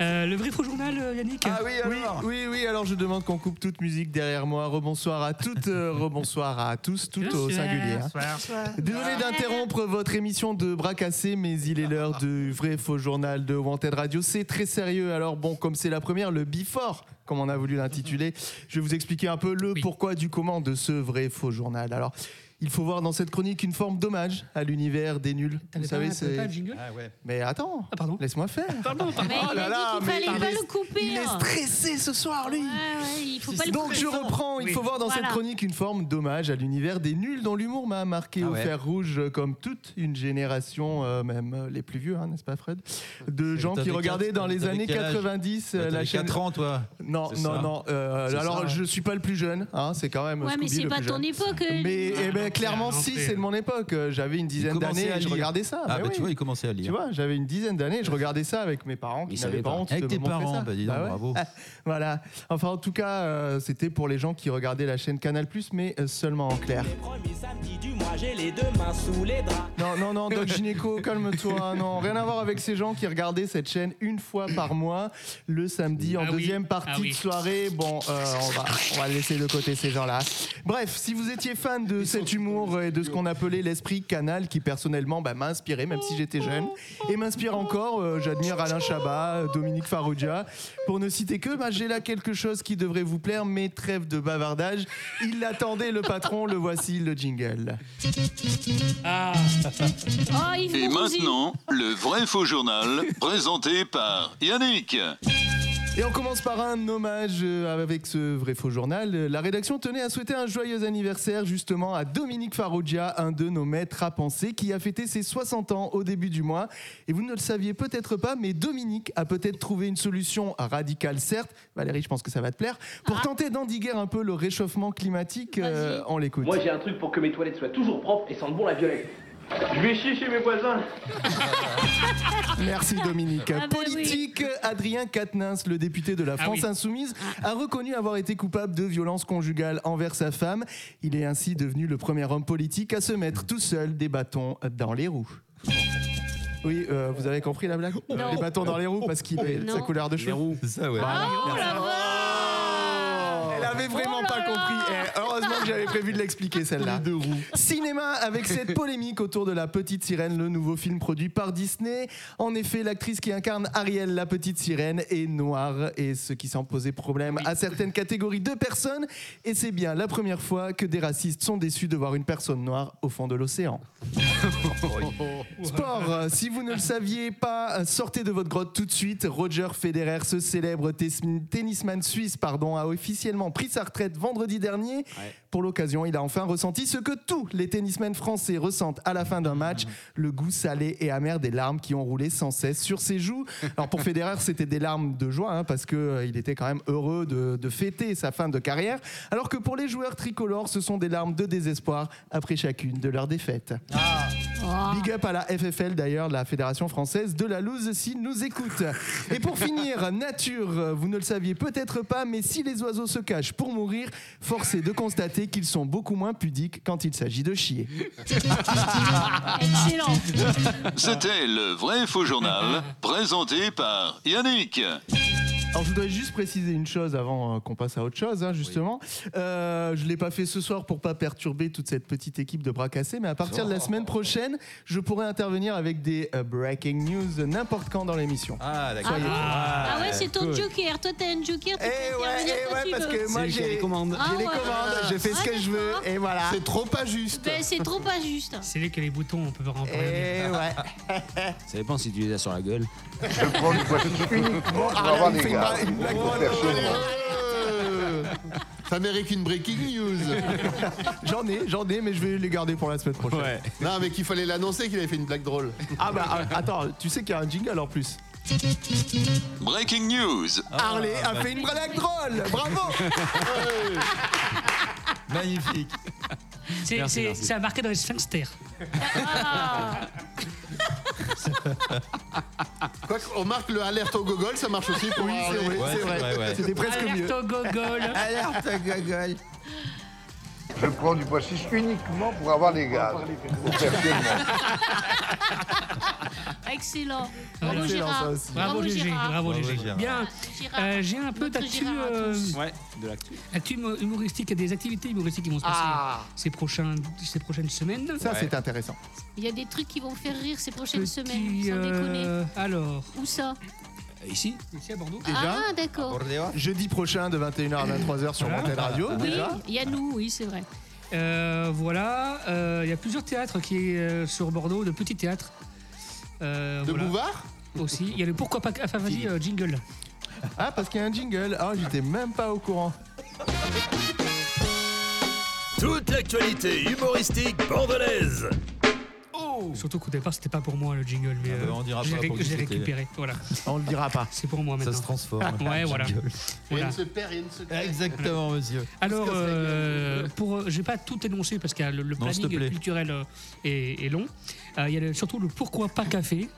Euh, le vrai faux journal, euh, Yannick Ah oui, Oui, oui, oui, alors je demande qu'on coupe toute musique derrière moi. Rebonsoir à toutes, [LAUGHS] euh, rebonsoir à tous, tout au Bonsoir. singulier. hein. Bonsoir. Désolé d'interrompre votre émission de bras cassés, mais il est l'heure du vrai faux journal de Wanted Radio. C'est très sérieux, alors bon, comme c'est la première, le before, comme on a voulu l'intituler, je vais vous expliquer un peu le pourquoi du comment de ce vrai faux journal. Alors. Il faut voir dans cette chronique une forme d'hommage à l'univers des nuls. Vous pas- savez, t'avais c'est- pas le jingle Ah ouais. Mais attends, pardon. laisse-moi faire. [LAUGHS] Oh Pardon, pardon. Mais il a dit qu'il fallait pas le couper. Il est hein. stressé ce soir, lui. Ouais, ouais, il faut pas le Donc couper. je reprends, il faut voir dans cette Voilà. chronique une forme d'hommage à l'univers des nuls dont l'humour m'a marqué Ah au ouais. fer rouge euh, comme toute une génération, euh, même euh, les plus vieux, hein, n'est-ce pas Fred De gens T'avais qui quatre- regardaient dans les t'avais années quel âge 90 euh, Bah, la t'avais chaîne... 4 ans, toi. Non, C'est non, ça. non. euh, C'est alors ça, ouais. je suis pas le plus jeune, hein, c'est quand même... Ouais, mais Scooby c'est le pas plus ton jeune. époque, euh, Mais lui. eh ben, clairement, non, si, c'est- c'est de mon époque. Euh, J'avais une dizaine commençait d'années à et je lire. regardais ça. Ah mais bah, oui. tu vois, il commençait à lire. Tu vois, j'avais une dizaine d'années et je regardais ça avec mes parents qui Il n'avaient savait pas pas. honte Avec de tes me montrer parents, ça. Ah bah, dis donc, bravo. [LAUGHS] voilà. Enfin, en tout cas, euh, c'était pour les gens qui regardaient la chaîne Canal+, mais euh, seulement en clair. Premier samedi du mois, j'ai les deux mains sous les draps. Non, non, non, Doc Gynéco, calme-toi. Non, rien à voir avec ces gens qui regardaient cette chaîne une fois par mois, le samedi, en Ah oui, deuxième partie ah oui. de soirée. Bon, euh, on, va, on va laisser de côté ces gens-là. Bref, si vous étiez fan de cet humour et de ce qu'on appelait l'esprit canal, qui personnellement bah, m'a inspiré, même si j'étais jeune, et m'inspire encore, euh, j'admire Alain Chabat, euh, Dominique Farrugia. Pour ne citer que, bah, j'ai là quelque chose qui devrait vous plaire, mais trêve de bavardage. Il l'attendait, le patron, le voici, le jingle. Ah. Oh, Yves Et Montgolfier. maintenant, le vrai faux journal, présenté par Yannick. Et on commence par un hommage euh, avec ce vrai faux journal. Euh, La rédaction tenait à souhaiter un joyeux anniversaire justement à Dominique Farrugia, un de nos maîtres à penser, qui a fêté ses 60 ans au début du mois. Et vous ne le saviez peut-être pas, mais Dominique a peut-être trouvé une solution radicale, certes. Valérie, je pense que ça va te plaire. Pour tenter d'endiguer un peu le réchauffement climatique, euh, on l'écoute. Moi j'ai un truc pour que mes toilettes soient toujours propres et sentent bon la violette. Je vais chier chez mes voisins. [LAUGHS] Merci Dominique. Ah bah oui. Politique, Adrien Quatennens, le député de la France oui. Insoumise, Ah. a reconnu avoir été coupable de violences conjugales envers sa femme. Il est ainsi devenu le premier homme politique à se mettre tout seul des bâtons dans les roues. Oui, euh, vous avez compris la blague Non. Les bâtons dans les roues parce qu'il est Non. sa couleur de Les cheveux. roues, c'est ça, ouais. Voilà. Elle avait Oh vraiment là pas là. compris. Eh, heureusement que j'avais prévu de l'expliquer celle-là. Cinéma avec cette polémique autour de La Petite Sirène, le nouveau film produit par Disney. En effet, l'actrice qui incarne Ariel, la Petite Sirène, est noire et ce qui s'en posait problème à certaines catégories de personnes. Et c'est bien la première fois que des racistes sont déçus de voir une personne noire au fond de l'océan. oh, Sport, euh, si vous ne le saviez pas, euh, sortez de votre grotte tout de suite. Roger Federer, ce célèbre tes- tennisman suisse, pardon, a officiellement pris sa retraite vendredi dernier. Pour l'occasion, il a enfin ressenti ce que tous les tennismen français ressentent à la fin d'un match, le goût salé et amer des larmes qui ont roulé sans cesse sur ses joues. Alors pour Federer, c'était des larmes de joie hein, parce que euh, il était quand même heureux de, de fêter sa fin de carrière, alors que pour les joueurs tricolores, ce sont des larmes de désespoir après chacune de leurs défaites. Ah. Big up à la FFL d'ailleurs, la Fédération française de la loose s'ils nous écoutent. Et pour finir, nature, vous ne le saviez peut-être pas, mais si les oiseaux se cachent pour mourir, force est de constater qu'ils sont beaucoup moins pudiques quand il s'agit de chier. Ah. Excellent. C'était le vrai faux journal, présenté par Yannick. Alors je voudrais juste préciser une chose avant euh, qu'on passe à autre chose, hein, justement. Euh, je ne l'ai pas fait ce soir pour pas perturber toute cette petite équipe de bras cassés, mais à partir de la semaine prochaine, je pourrai intervenir avec des euh, breaking news n'importe quand dans l'émission. Ah Ah, bon Ah ouais, c'est ton joker. Toi, t'as un joker. Tu peux intervenir quand tu parce veux. que moi Ah j'ai j'ai les ouais. commandes, je fais ce que je veux et voilà. bah, C'est trop pas juste. Ben, c'est trop injuste. C'est lui qui a les boutons, on peut pas en Eh Et ouais. Ça dépend si tu les as sur la gueule. Je prends Ah, une poitrine uniquement pour avoir des gars. Ça mérite une breaking news. [LAUGHS] J'en ai, j'en ai, mais je vais les garder pour la semaine prochaine. Non, mais qu'il fallait l'annoncer qu'il avait fait une blague drôle. Ah bah ah, attends, tu sais qu'il y a un jingle en plus. Breaking news. Ah, Harley bah. a fait une blague drôle, [LAUGHS] bravo Magnifique. C'est- Merci, C'est merci. c'est marqué dans les sphincters. Ah, Quoi qu'on marque le alerte au gogol, ça marche aussi pour Ah. Oui, c'est Harley. vrai, Ouais, c'est c'est vrai. vrai, ouais. C'était presque Alerte mieux. au gogol. [LAUGHS] Alerte au gogol. Je prends du poisson uniquement pour avoir des gaz. Pour faire tout le monde. Excellent. Bravo Excellent, Gérard. ça aussi. Bravo Bravo GG, Gérard. bravo Bravo, GG. Gérard. Bien. Euh, J'ai un peu d'actu euh, Ouais, de l'actu. actu humo- humoristique, des activités humoristiques qui vont se passer Ah. ces, prochains, ces prochaines semaines. Ça c'est intéressant. Il y a des trucs qui vont faire rire ces prochaines Petit, semaines. Sans déconner. euh, alors, Où ça Ici Ici à Bordeaux. Ah, d'accord. Jeudi prochain de 21h à 23h sur Voilà. Montel Radio, Ah, Oui. déjà. Il y a nous, oui, c'est vrai. Euh, voilà, euh, il y a plusieurs théâtres qui euh, sur Bordeaux, de petits théâtres. Euh, De voilà. Bouvard Aussi. Il y a le Pourquoi pas. Enfin, vas-y, euh, jingle. Ah, parce qu'il y a un jingle. Ah, j'étais même pas au courant. Toute l'actualité humoristique bordelaise. Oh Surtout qu'au départ, c'était pas pour moi le jingle, mais Ah bah, on euh, dira j'ai pas ré- pour qui j'ai c'était. récupéré. Voilà. On le dira pas. C'est pour moi maintenant. Ça se transforme. Ouais, voilà. Jingle. Voilà. Rien ne se perd, rien ne se crée. Exactement, monsieur. Alors, euh, pour, euh, je vais pas tout énoncer parce que euh, le, le Non, s'il te planning plaît. culturel euh, est, est long. Euh, Il y a le- surtout le pourquoi pas café.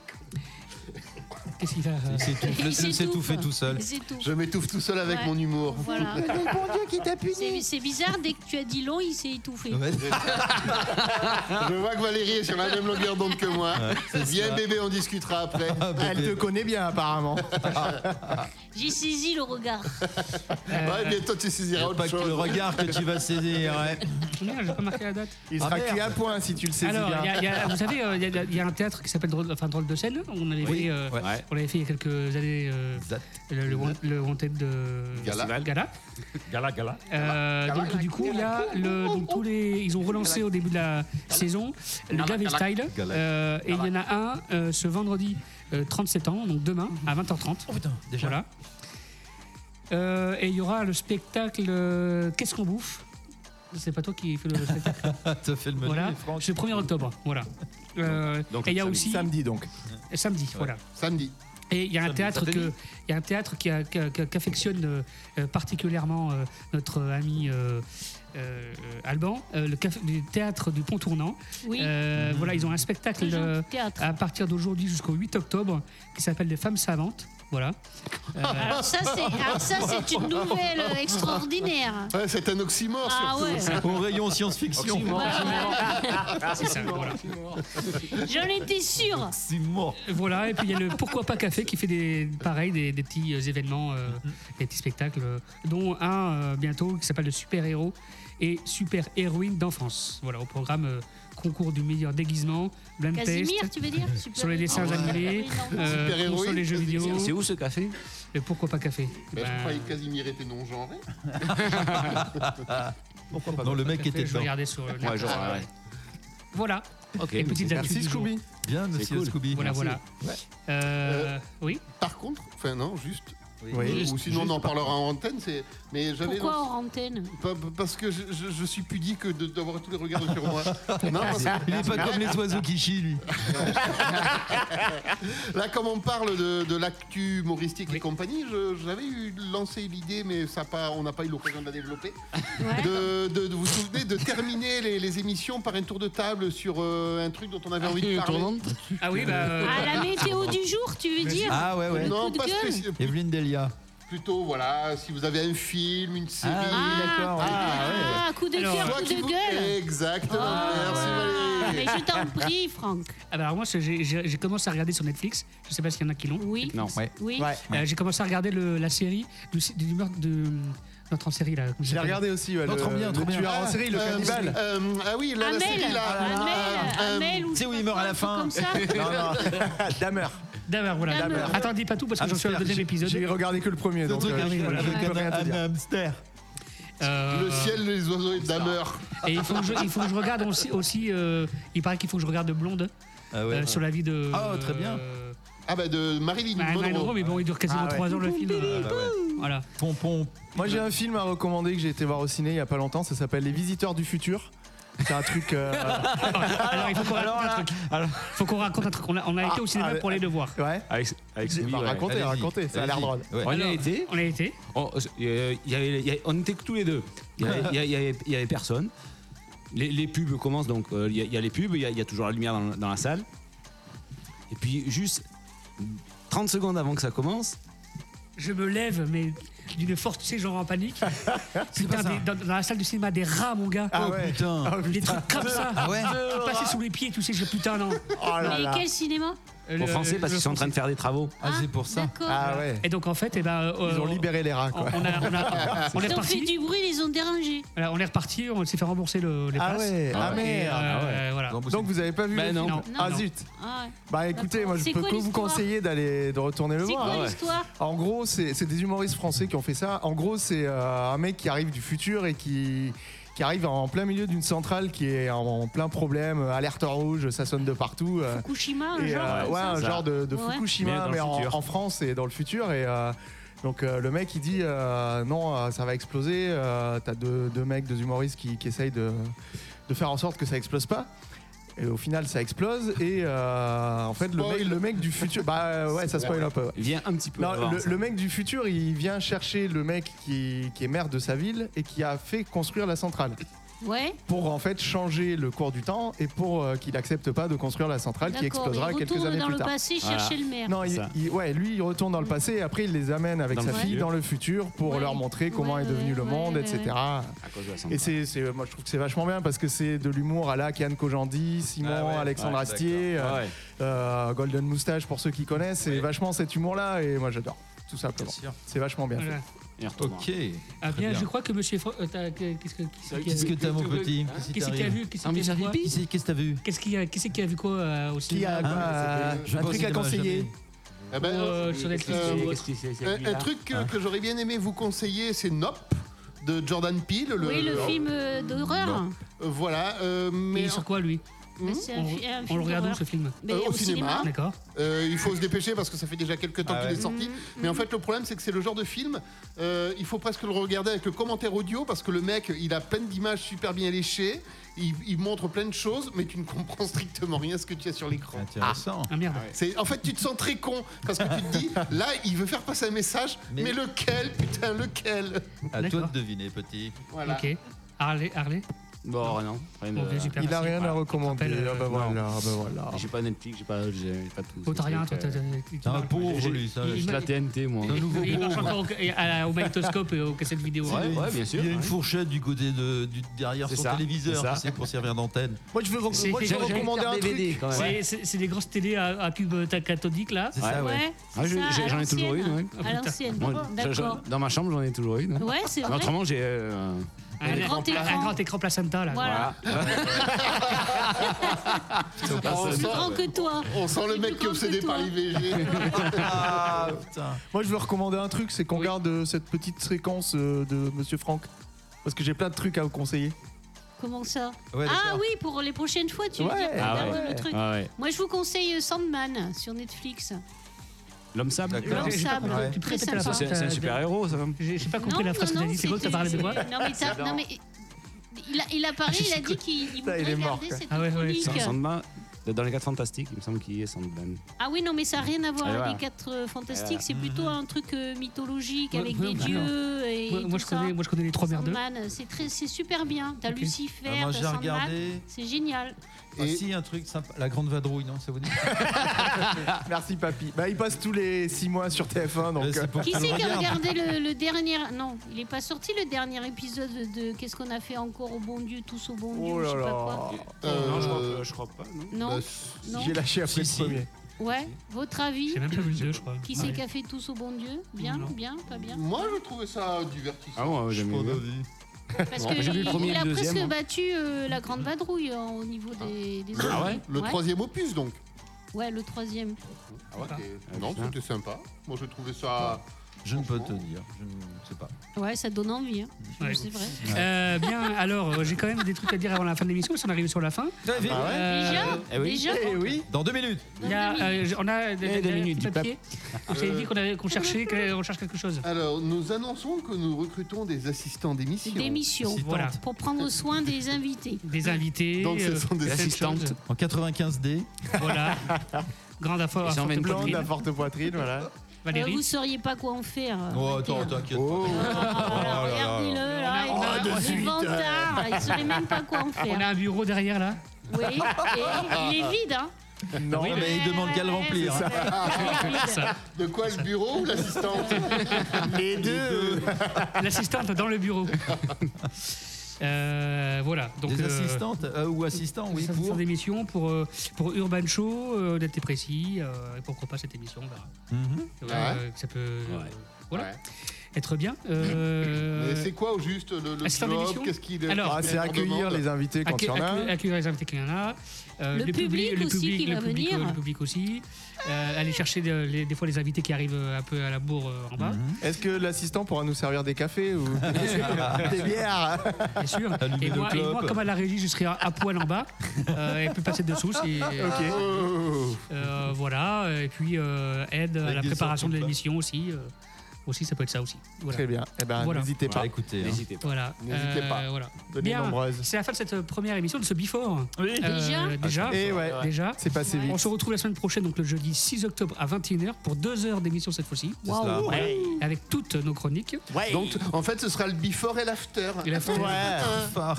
Qu'est-ce qu'il va euh, C'est tout, le- Il c'est tout fait s'étouffe. tout seul. Il s'étouffe. Je m'étouffe tout seul avec Ouais. mon humour. Voilà. [LAUGHS] mon Dieu, qui t'a C'est- C'est bizarre, dès que tu as dit long, il s'est étouffé. [LAUGHS] Je vois que Valérie est sur la même longueur d'onde que moi. Viens ça. bébé, on discutera après. Elle te connaît bien, apparemment. Ah, J'ai saisi le regard. [LAUGHS] Ouais, bientôt tu saisiras autre Pas que chose. le regard que tu vas saisir. ouais. Merde, j'ai pas marqué la date. Il sera cuit à point si tu le sais Ah, Alors, bien. il y a- il y a- vous savez, euh, il y a- il y, a un théâtre qui s'appelle Drôle, enfin, Drôle de scène. On avait, Oui, fait, euh, ouais. on avait fait il y a quelques années euh, le, le, Wan- le Wanted de Gala. Gala. Gala, gala. Euh, donc du coup, il y a le, donc, tous les, ils ont relancé au début de la saison le Gala, Gavel gala. Style. Gala. Euh, et il y en a un euh, ce vendredi euh, 30 septembre, donc demain à 20h30. Oh putain, déjà. Voilà. Euh, et il y aura le spectacle euh, Qu'est-ce qu'on bouffe C'est pas toi qui fais le spectacle. Ah, T'as fait le menu, voilà. Franck. [LAUGHS] C'est le 1er octobre. Voilà. Euh, [LAUGHS] Donc, et il y a samedi. aussi Samedi donc. samedi. Voilà. Samedi. Et il y a un théâtre que, il y a un théâtre qui a- qui a- qui a- qu'affectionne euh, euh, particulièrement euh, notre ami. euh, euh, Alban, euh, le caf- du théâtre du Pont Tournant. Oui. Euh, Mmh. Voilà, ils ont un spectacle Très gentil euh, théâtre. à partir d'aujourd'hui jusqu'au 8 octobre qui s'appelle Les Femmes Savantes. Voilà. Euh, Alors ça, c'est alors ça, c'est une nouvelle euh, extraordinaire. Ouais, c'est un oxymore Ah surtout. ouais. Au rayon science-fiction. Oxymore. Ah, c'est ça, voilà. J'en étais sûre. Voilà, et puis il y a le Pourquoi pas Café qui fait des, pareil, des, des petits euh, événements, euh, Mm-hmm. des petits spectacles, euh, dont un euh, bientôt qui s'appelle le Super Héros et Super Héroïne d'enfance. Voilà, au programme euh, concours du meilleur déguisement, blind Casimir, test, tu veux dire sur les dessins animés, euh, sur les jeux vidéo. C'est où ce café Le Pourquoi pas Café Mais je Ben, croyais que Casimir était non-genré. [LAUGHS] Pourquoi pas Non, le mec Café, était je dedans. regardais sur, euh, Ouais, Netflix. genre, ouais. Voilà. Ok, Et mais petite c'est- actu Merci, du jour. Scooby. Bien, C'est monsieur Scooby. Voilà, Merci. voilà. Ouais. Euh, oui. Par contre, enfin non, juste. Oui. Ou- Oui. Ou Juste, sinon on en par parlera en antenne. C'est. Mais j'avais Pourquoi hors antenne Pa- pa- Parce que je, je- je suis pudique de- d'avoir tous les regards sur [LAUGHS] moi. Non, parce que- Il n'est pas comme les oiseaux qui chient, lui. Là, comme on parle de, de l'actu humoristique et compagnie, je- j'avais eu lancé l'idée, mais ça a pas, on n'a pas eu l'occasion de la développer. De, de- de- vous vous souvenez de terminer les, les émissions par un tour de table sur euh, un truc dont on avait envie de parler Ah oui, bah. euh, Ah, la météo du jour, tu veux dire Ah ouais, ouais. Le coup de gueule spécial- Evelyne Delia. Ah, Plutôt, voilà, si vous avez un film, une série. d'accord, ouais. Ah, coup de Alors, cœur, soit coup qui de vous- gueule. Exactement, merci Ah, Valérie. Mais je t'en prie, Franck. Ah bah alors moi j'ai- j'ai j'ai commencé à regarder sur Netflix. Je sais pas s'il y en a qui l'ont. Oui. Non, ouais. Oui. Euh, j'ai commencé à regarder le- la série du, du meurtre de notre en série là. Je l'ai regardé aussi, ouais, Non, le, trop bien, le trop bien. Ah, tueur en série, le Euh, cannibale. euh, ah oui, là, la Amel, série, là. Amel, Euh, Amel ou Tu sais où il meurt à la fin comme ça. [LAUGHS] Non, non. [LAUGHS] Damer. Damer, Oh voilà. Dahmer. Attendez pas tout parce que Ah, j'en suis au j'espère, deuxième j'ai- épisode. J'ai regardé que le premier, Le donc truc euh, avec, je- voilà, je avec peux rien un, te un dire. hamster. Euh, Le ciel, les oiseaux et Damer. Et il faut que je, il faut que je regarde aussi. aussi, euh, il paraît qu'il faut que je regarde Blonde Ah ouais. euh, sur la vie de. Ah, Oh, très bien. euh, Ah bah de Marilyn Marilyn Monroe. Monroe, mais bon, il dure quasiment Ah ouais. 3 ans le film. euh, Voilà. Pompon. Moi j'ai un film à recommander que j'ai été voir au ciné il y a pas longtemps, ça s'appelle Les Visiteurs du Futur. C'est un truc. euh, [LAUGHS] Alors il faut qu'on raconte un truc. Faut qu'on raconte un truc. On a, on a été au cinéma ah, pour aller le voir. ouais. Avec, avec Scooby, Bah, ouais. racontez, Allez-y, racontez, ça a l'air allez-y. drôle. Ouais. On y a été. On a été. On, euh, il y avait- il y avait- on était que tous les deux. Il y avait, il y avait- il y avait- il y avait personne. Les, les pubs commencent donc. euh, Il y, a- il y a les pubs, il y, a- il y a toujours la lumière dans, la- dans la salle. Et puis juste 30 secondes avant que ça commence, Je me lève, mais d'une force, tu sais, genre [LAUGHS] en panique. Putain, des- dans, dans la salle du cinéma, des rats, mon gars. Ah ouais. Putain. Ah, Des putain. trucs comme ça. Oh, Ah ouais. Qui passaient sous les pieds, tu sais, je putain, non. Oh là Mais là. quel cinéma Euh, aux le- Français, parce le qu'ils sont en train de faire des travaux. Ah, c'est pour ça. D'accord. Ah ouais. Et donc en fait, eh ben, euh, Ils ont on- libéré les rats on, quoi. on a- on a- on [LAUGHS] Ils est ont fait reparti. du bruit, ils les ont dérangés. Voilà, on est reparti, on s'est fait rembourser le, les Ah places. ouais, ah Et, euh, merde. euh, voilà. Donc vous avez pas vu Ben le non. film Non, Ah non. zut. Ah ouais. Bah écoutez, moi je C'est peux quoi que vous l'histoire conseiller d'aller de retourner le C'est voir. quoi hein. l'histoire En gros, c'est c'est des humoristes français qui ont fait ça. En gros, c'est euh, un mec qui arrive du futur et qui qui arrive en plein milieu d'une centrale qui est en, en plein problème, euh, alerte rouge, ça sonne de partout. euh, Fukushima, un et, genre euh, comme ouais, ça un genre de, de Ouais. Mais dans Fukushima, le mais, en, futur. en France et dans le futur. Et euh, donc euh, le mec il dit euh, non, euh, ça va exploser. euh, T'as deux, deux mecs, deux humoristes qui, qui essayent de, de faire en sorte que ça explose pas. Et au final, ça explose. Et euh, en fait, le mec, Spoil. le mec du futur. Bah euh, ouais, ça spoil un peu. ouais. Viens un petit peu. Non, avant, le, ça. le mec du futur, il vient chercher le mec qui, qui est maire de sa ville et qui a fait construire la centrale Ouais. pour en fait changer le cours du temps et pour euh, qu'il accepte pas de construire la centrale qui D'accord, il explosera quelques retourne années dans plus le tard. passé Voilà. chercher le maire. Non, il- Ça. il- ouais, lui, il retourne dans le passé et après, il les amène avec Dans sa le fille futur. dans le futur pour Ouais. leur montrer comment Ouais, est devenu ouais, le ouais, monde, ouais, etc. ouais. À cause de la Et centrale. c'est, c'est- moi, je trouve que c'est vachement bien parce que c'est de l'humour à la Kian Kojandi, Simon, Ah ouais, Alexandre ouais, Astier, d'accord. Ah euh, Ouais. euh, Golden Moustache pour ceux qui connaissent. C'est vachement cet humour-là et moi, j'adore. Tout simplement. sûr. C'est vachement bien fait. Voilà. Il retourne. Ok. Ah Très bien, je crois que monsieur. Fro- euh, t'as- que- Qu'est-ce que qui c'est qui a Qu'est-ce que vu t'as, mon petit Qu'est-ce qui a vu Qu'est-ce Un qui a bizarre vu quoi hippie Qu'est-ce que t'as vu Qu'est-ce qui a- qui c'est qui a vu quoi euh, au Qui a cinéma euh, c'était- je un pense truc qu'il à en a conseiller jamais. Ah ben, Ou, euh, sur Netflix euh, ou Qu'est-ce autre. que c'est cette un, un nuit-là truc Ah. que, que j'aurais bien aimé vous conseiller, c'est Nope de Jordan Peele. Oui, le film euh, d'horreur. Euh, Voilà, euh, Il mais Hmm est sur quoi lui Mais c'est un fi- un On, film le regarde où d'horreur. ce film Mais Euh, au, cinéma. D'accord. Euh, il faut se dépêcher parce que ça fait déjà quelques temps Ah qu'il ouais. est Hmm, sorti. Mhm, Mais en mhm. fait, le problème, c'est que c'est le genre de film. euh, il faut presque le regarder avec le commentaire audio parce que le mec, il a plein d'images super bien léchées. Il, il montre plein de choses, mais tu ne comprends strictement rien à ce que tu as sur l'écran. Intéressant. Ah merde. C'est- En fait, tu te sens très con parce que tu [LAUGHS] te dis, là, il veut faire passer un message, mais, lequel, putain, lequel À toi de deviner, petit. Voilà. Ok. Harley, Harley ben, Bon, non. rien de- Ok, super, Il a merci. rien à Voilà. recommander. Rappel, Ah bah euh, voilà, non. ah bah voilà. J'ai pas Netflix, j'ai pas, j'ai pas tout. Oh, t'as C'est- rien, c'est- toi, t'as- t'as- J'ai- t'as un Ah, pauvre, j'ai- lui, ça, j'ai je- la TNT, moi. Il marche encore au, et à la- au magnétoscope et au cassette vidéo. Il y a une- Il y a une fourchette du côté de, du- derrière C'est son ça, téléviseur, c'est ça. tu sais, pour servir d'antenne. Moi, je veux, C'est- moi, je veux j'ai- j'ai recommander une un carte DVD truc. quand même. C'est- C'est c'est des grosses télés à, à tube euh, ta- cathodique là. C'est ça, ouais. Ah, je- j'ai- j'en ai toujours une, ouais. À l'ancienne, Moi, je- je- d'accord. Dans ma chambre, j'en ai toujours une. Ouais, c'est Mais vrai. Autrement, j'ai. euh, Un, un grand écran. un grand écran placenta là. Voilà. Plus grand que toi. On sent le mec qui est obsédé [LAUGHS] par l'IVG. Ah, Moi, je veux recommander un truc, c'est qu'on garde euh, cette petite séquence euh, de Monsieur Franck. Parce que j'ai plein de trucs à vous conseiller. Comment ça Ouais, Ah d'accord. oui, pour les prochaines fois, tu veux Ouais. dire, Ah regarde ouais. le truc. Ah ouais. Moi, je vous conseille euh, Sandman sur Netflix. L'homme sable. L'homme sable. Ouais. Tu peux répéter la Ça, phrase, C'est c'est un euh, super héros, ça. J'ai pas compris la phrase que t'as dit, c'est quoi que t'as parlé de quoi Non, mais, t'as- non, mais il, a, il a parlé, il a dit qu'il il voudrait garder cette chronique. Sa- Sandman, dans les 4 fantastiques, il me semble qu'il y est Ben. Sandman. Ah oui, non, mais ça n'a rien à voir Et avec voilà. les quatre euh, fantastiques. voilà. C'est plutôt un truc euh, mythologique Ouais, avec ouais, des ouais, dieux et Moi, tout moi, je ça. connais, moi je connais les trois merdeux. Sandman, c'est très, c'est super bien. T'as Ok. Lucifer, Ah, moi, t'as j'ai Sandman. regardé. C'est génial. Ah, si, un truc sympa. La grande vadrouille, non Ça vous dit [LAUGHS] Merci, papy. Bah, il passe tous les 6 mois sur TF1. Donc, euh, Qui c'est qui a regardé le, le dernier Non, il n'est pas sorti le dernier épisode de Qu'est-ce qu'on a fait encore au bon Dieu, tous au bon Dieu, Oh je là sais pas là. quoi. Euh, Non, je crois, pas- je crois pas. Non, Bah, non. J'ai lâché après le premier. Ouais, votre avis J'ai même pas vu le 2, je crois. Qui c'est qui a fait tous au bon Dieu Bien, bien, pas bien Moi, je trouvais ça divertissant. Ah bon, j'aime bien. Parce Bon, que j'ai vu il, le premier il et a le presque deuxième. battu euh, la grande vadrouille euh, au niveau des. des Ah Le, autres. Ah le Ouais. troisième opus, donc. Ouais, le troisième. Et- non, c'était sympa. Moi, je trouvais ça. Je ne peux te dire. Je ne sais pas. Ouais, ça donne envie. hein. Ouais. C'est vrai. Euh, bien, alors euh, j'ai quand même des trucs à dire avant la fin de l'émission, parce qu'on arrive sur la fin. Ah Euh, Eh oui. Eh oui. Dans deux minutes. Il y a, euh, j- on a des, Eh, deux minutes, minutes, dis pas. papier. J'ai Ah, dit qu'on avait- qu'on cherchait, qu'on cherche quelque chose. Euh. Alors, nous annonçons que nous recrutons des assistants d'émission. Des missions Voilà. pour prendre soin des invités. Des invités. Donc, ce euh, sont des plein de assistantes. choses. En 95D. [LAUGHS] Voilà. Grande à fort. Et à ça forte emmène poitrine. Blonde à forte poitrine, voilà. Euh, Valérie. vous sauriez pas quoi en faire. euh, Oh, attends, t'inquiète. Regardez-le, là, il Oh, a de des suite. vantards, là, il [LAUGHS] saurait même pas quoi en On a faire. un bureau derrière là. Oui, et il est vide, hein. Non, Oui, mais il demande qu'à le remplir. [LAUGHS] hein. Ah, De quoi le bureau ou l'assistante Les deux. L'assistante dans le [LAUGHS] bureau. Euh, voilà. Donc, Des euh, assistantes euh, ou assistants, oui, ça- ça pour. des missions pour, euh, pour Urban Show, euh, d'être précis, euh, et pourquoi pas cette émission, on verra. Mhm. Euh, Mm-hmm. Ouais. Ça peut euh, Ouais. voilà, Ouais. être bien. euh, Mais c'est quoi au juste le, le assistant job d'émission Qu'est-ce qu'il Alors, qu'est-ce Ah, c'est qu'on accueillir demande les invités quand il y en a. Accue- Accueillir les invités qu'il y en a. Euh, Le public aussi qui le va public, venir. euh, Le public aussi. Euh, aller chercher de- les- des fois les invités qui arrivent euh, un peu à la bourre euh, en bas. [LAUGHS] Est-ce que l'assistant pourra nous servir des cafés ou Hein [LAUGHS] des bières Bien sûr. Allumer Et nos moi, et moi, clopes. comme à la régie, je serai à, à poil [LAUGHS] en bas euh, et puis passer dessous. Et, Ok. Euh, voilà. Et puis euh, aide à Avec la des préparation sorties de de l'émission aussi. euh, aussi, ça peut être ça aussi. Voilà. Très bien. Eh ben, Voilà. n'hésitez pas. écoutez, N'hésitez pas. Voilà. N'hésitez Euh, pas. Voilà. Venez Bien. nombreuses. C'est la fin de cette euh, première émission de ce Before. Euh, déjà. Et ouais. Déjà. Ah, C'est passé vite. On se retrouve la semaine prochaine, donc le jeudi 6 octobre à 21h pour deux heures d'émission cette fois-ci. C'est cela. Voilà. Avec toutes nos chroniques. Donc, en fait, ce sera le before et l'after. Et l'after. Ouais. Ah.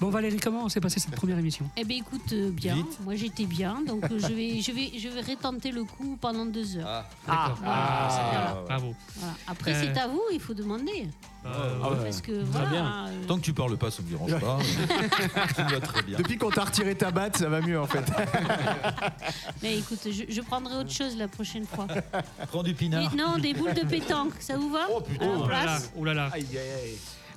Bon Valérie, comment s'est passée cette première émission Eh ben écoute, euh, bien. Vite. Moi j'étais bien, donc euh, je vais, je vais, je vais retenter le coup pendant deux heures. D'accord. Ah. c'est bien. Ah, ouais. Bravo. Voilà. Après Euh. c'est à vous, il faut demander. Ah ouais. Parce que Très voilà. bien. hein, Tant que tu parles pas, ça me dérange [LAUGHS] pas. Tout va très bien. Depuis qu'on t'a retiré ta batte, ça va mieux en fait. Mais écoute, je, je prendrai autre chose la prochaine fois. Prends du pinard. Des- non, des boules de pétanque, ça vous va Oh putain. Oh là là, oh là là.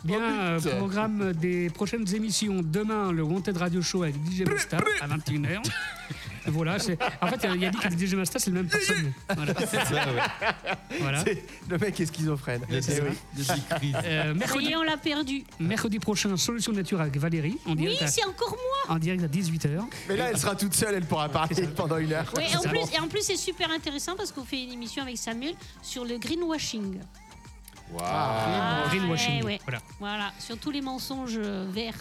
Bien, Oh, euh, programme des prochaines émissions. Demain, le Wanted Radio Show avec DJ Busta à 21h. [LAUGHS] Voilà, c'est- en fait, il y a dit que le DJ Master, c'est le même personne. Voilà. [LAUGHS] C'est ça, Voilà. C'est- Le mec est schizophrène. Le Eh oui. Euh, Ça mercredi, y est, on l'a perdu. mercredi prochain, Solution Nature avec Valérie. En Oui, direct à- c'est encore moi. en direct à 18h. Mais là, elle sera toute seule, elle pourra parler pendant une heure. Oui, et, en plus, et en plus, c'est super intéressant parce qu'on fait une émission avec Samuel sur le greenwashing. Ah, ouais, ouais. Voilà. Voilà, sur tous les mensonges euh, verts.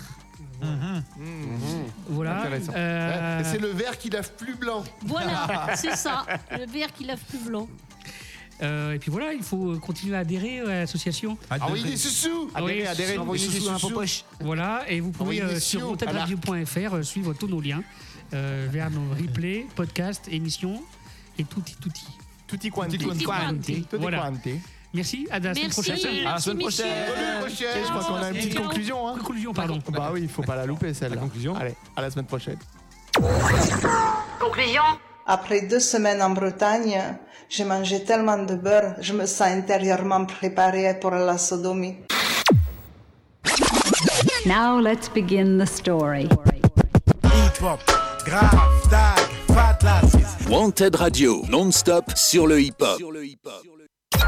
Voilà. Intéressant. Euh, Et C'est le verre qui lave plus blanc. Ah. Voilà, c'est ça, le vert qui lave plus blanc. Euh, et puis voilà, il faut continuer à adhérer euh, à l'association. Ah Adhérer. Envoyez Ah, des sous-sous Adhérez, Oui, adhérez, sous- envoyez des sous-sous dans la sous-sous. poche. Voilà, et vous pouvez Envoyez des euh, sur sous, rotadradio.fr euh, suivre tous nos liens euh, vers nos replays, podcasts, émissions et tutti tutti. Tutti quanti. Tutti quanti. Tutti Voilà. quanti. Merci, à la semaine Merci, prochaine. À la semaine merci, prochaine. monsieur. À la semaine prochaine. Je crois qu'on a une petite conclusion, Conclusion, pardon. Bah oui, il faut pas la louper celle-là. conclusion Allez, à la semaine prochaine. Conclusion Après deux semaines en Bretagne, j'ai mangé tellement de beurre, je me sens intérieurement préparée pour la sodomie. Now let's begin the story. Wanted Radio, non-stop sur le hip-hop.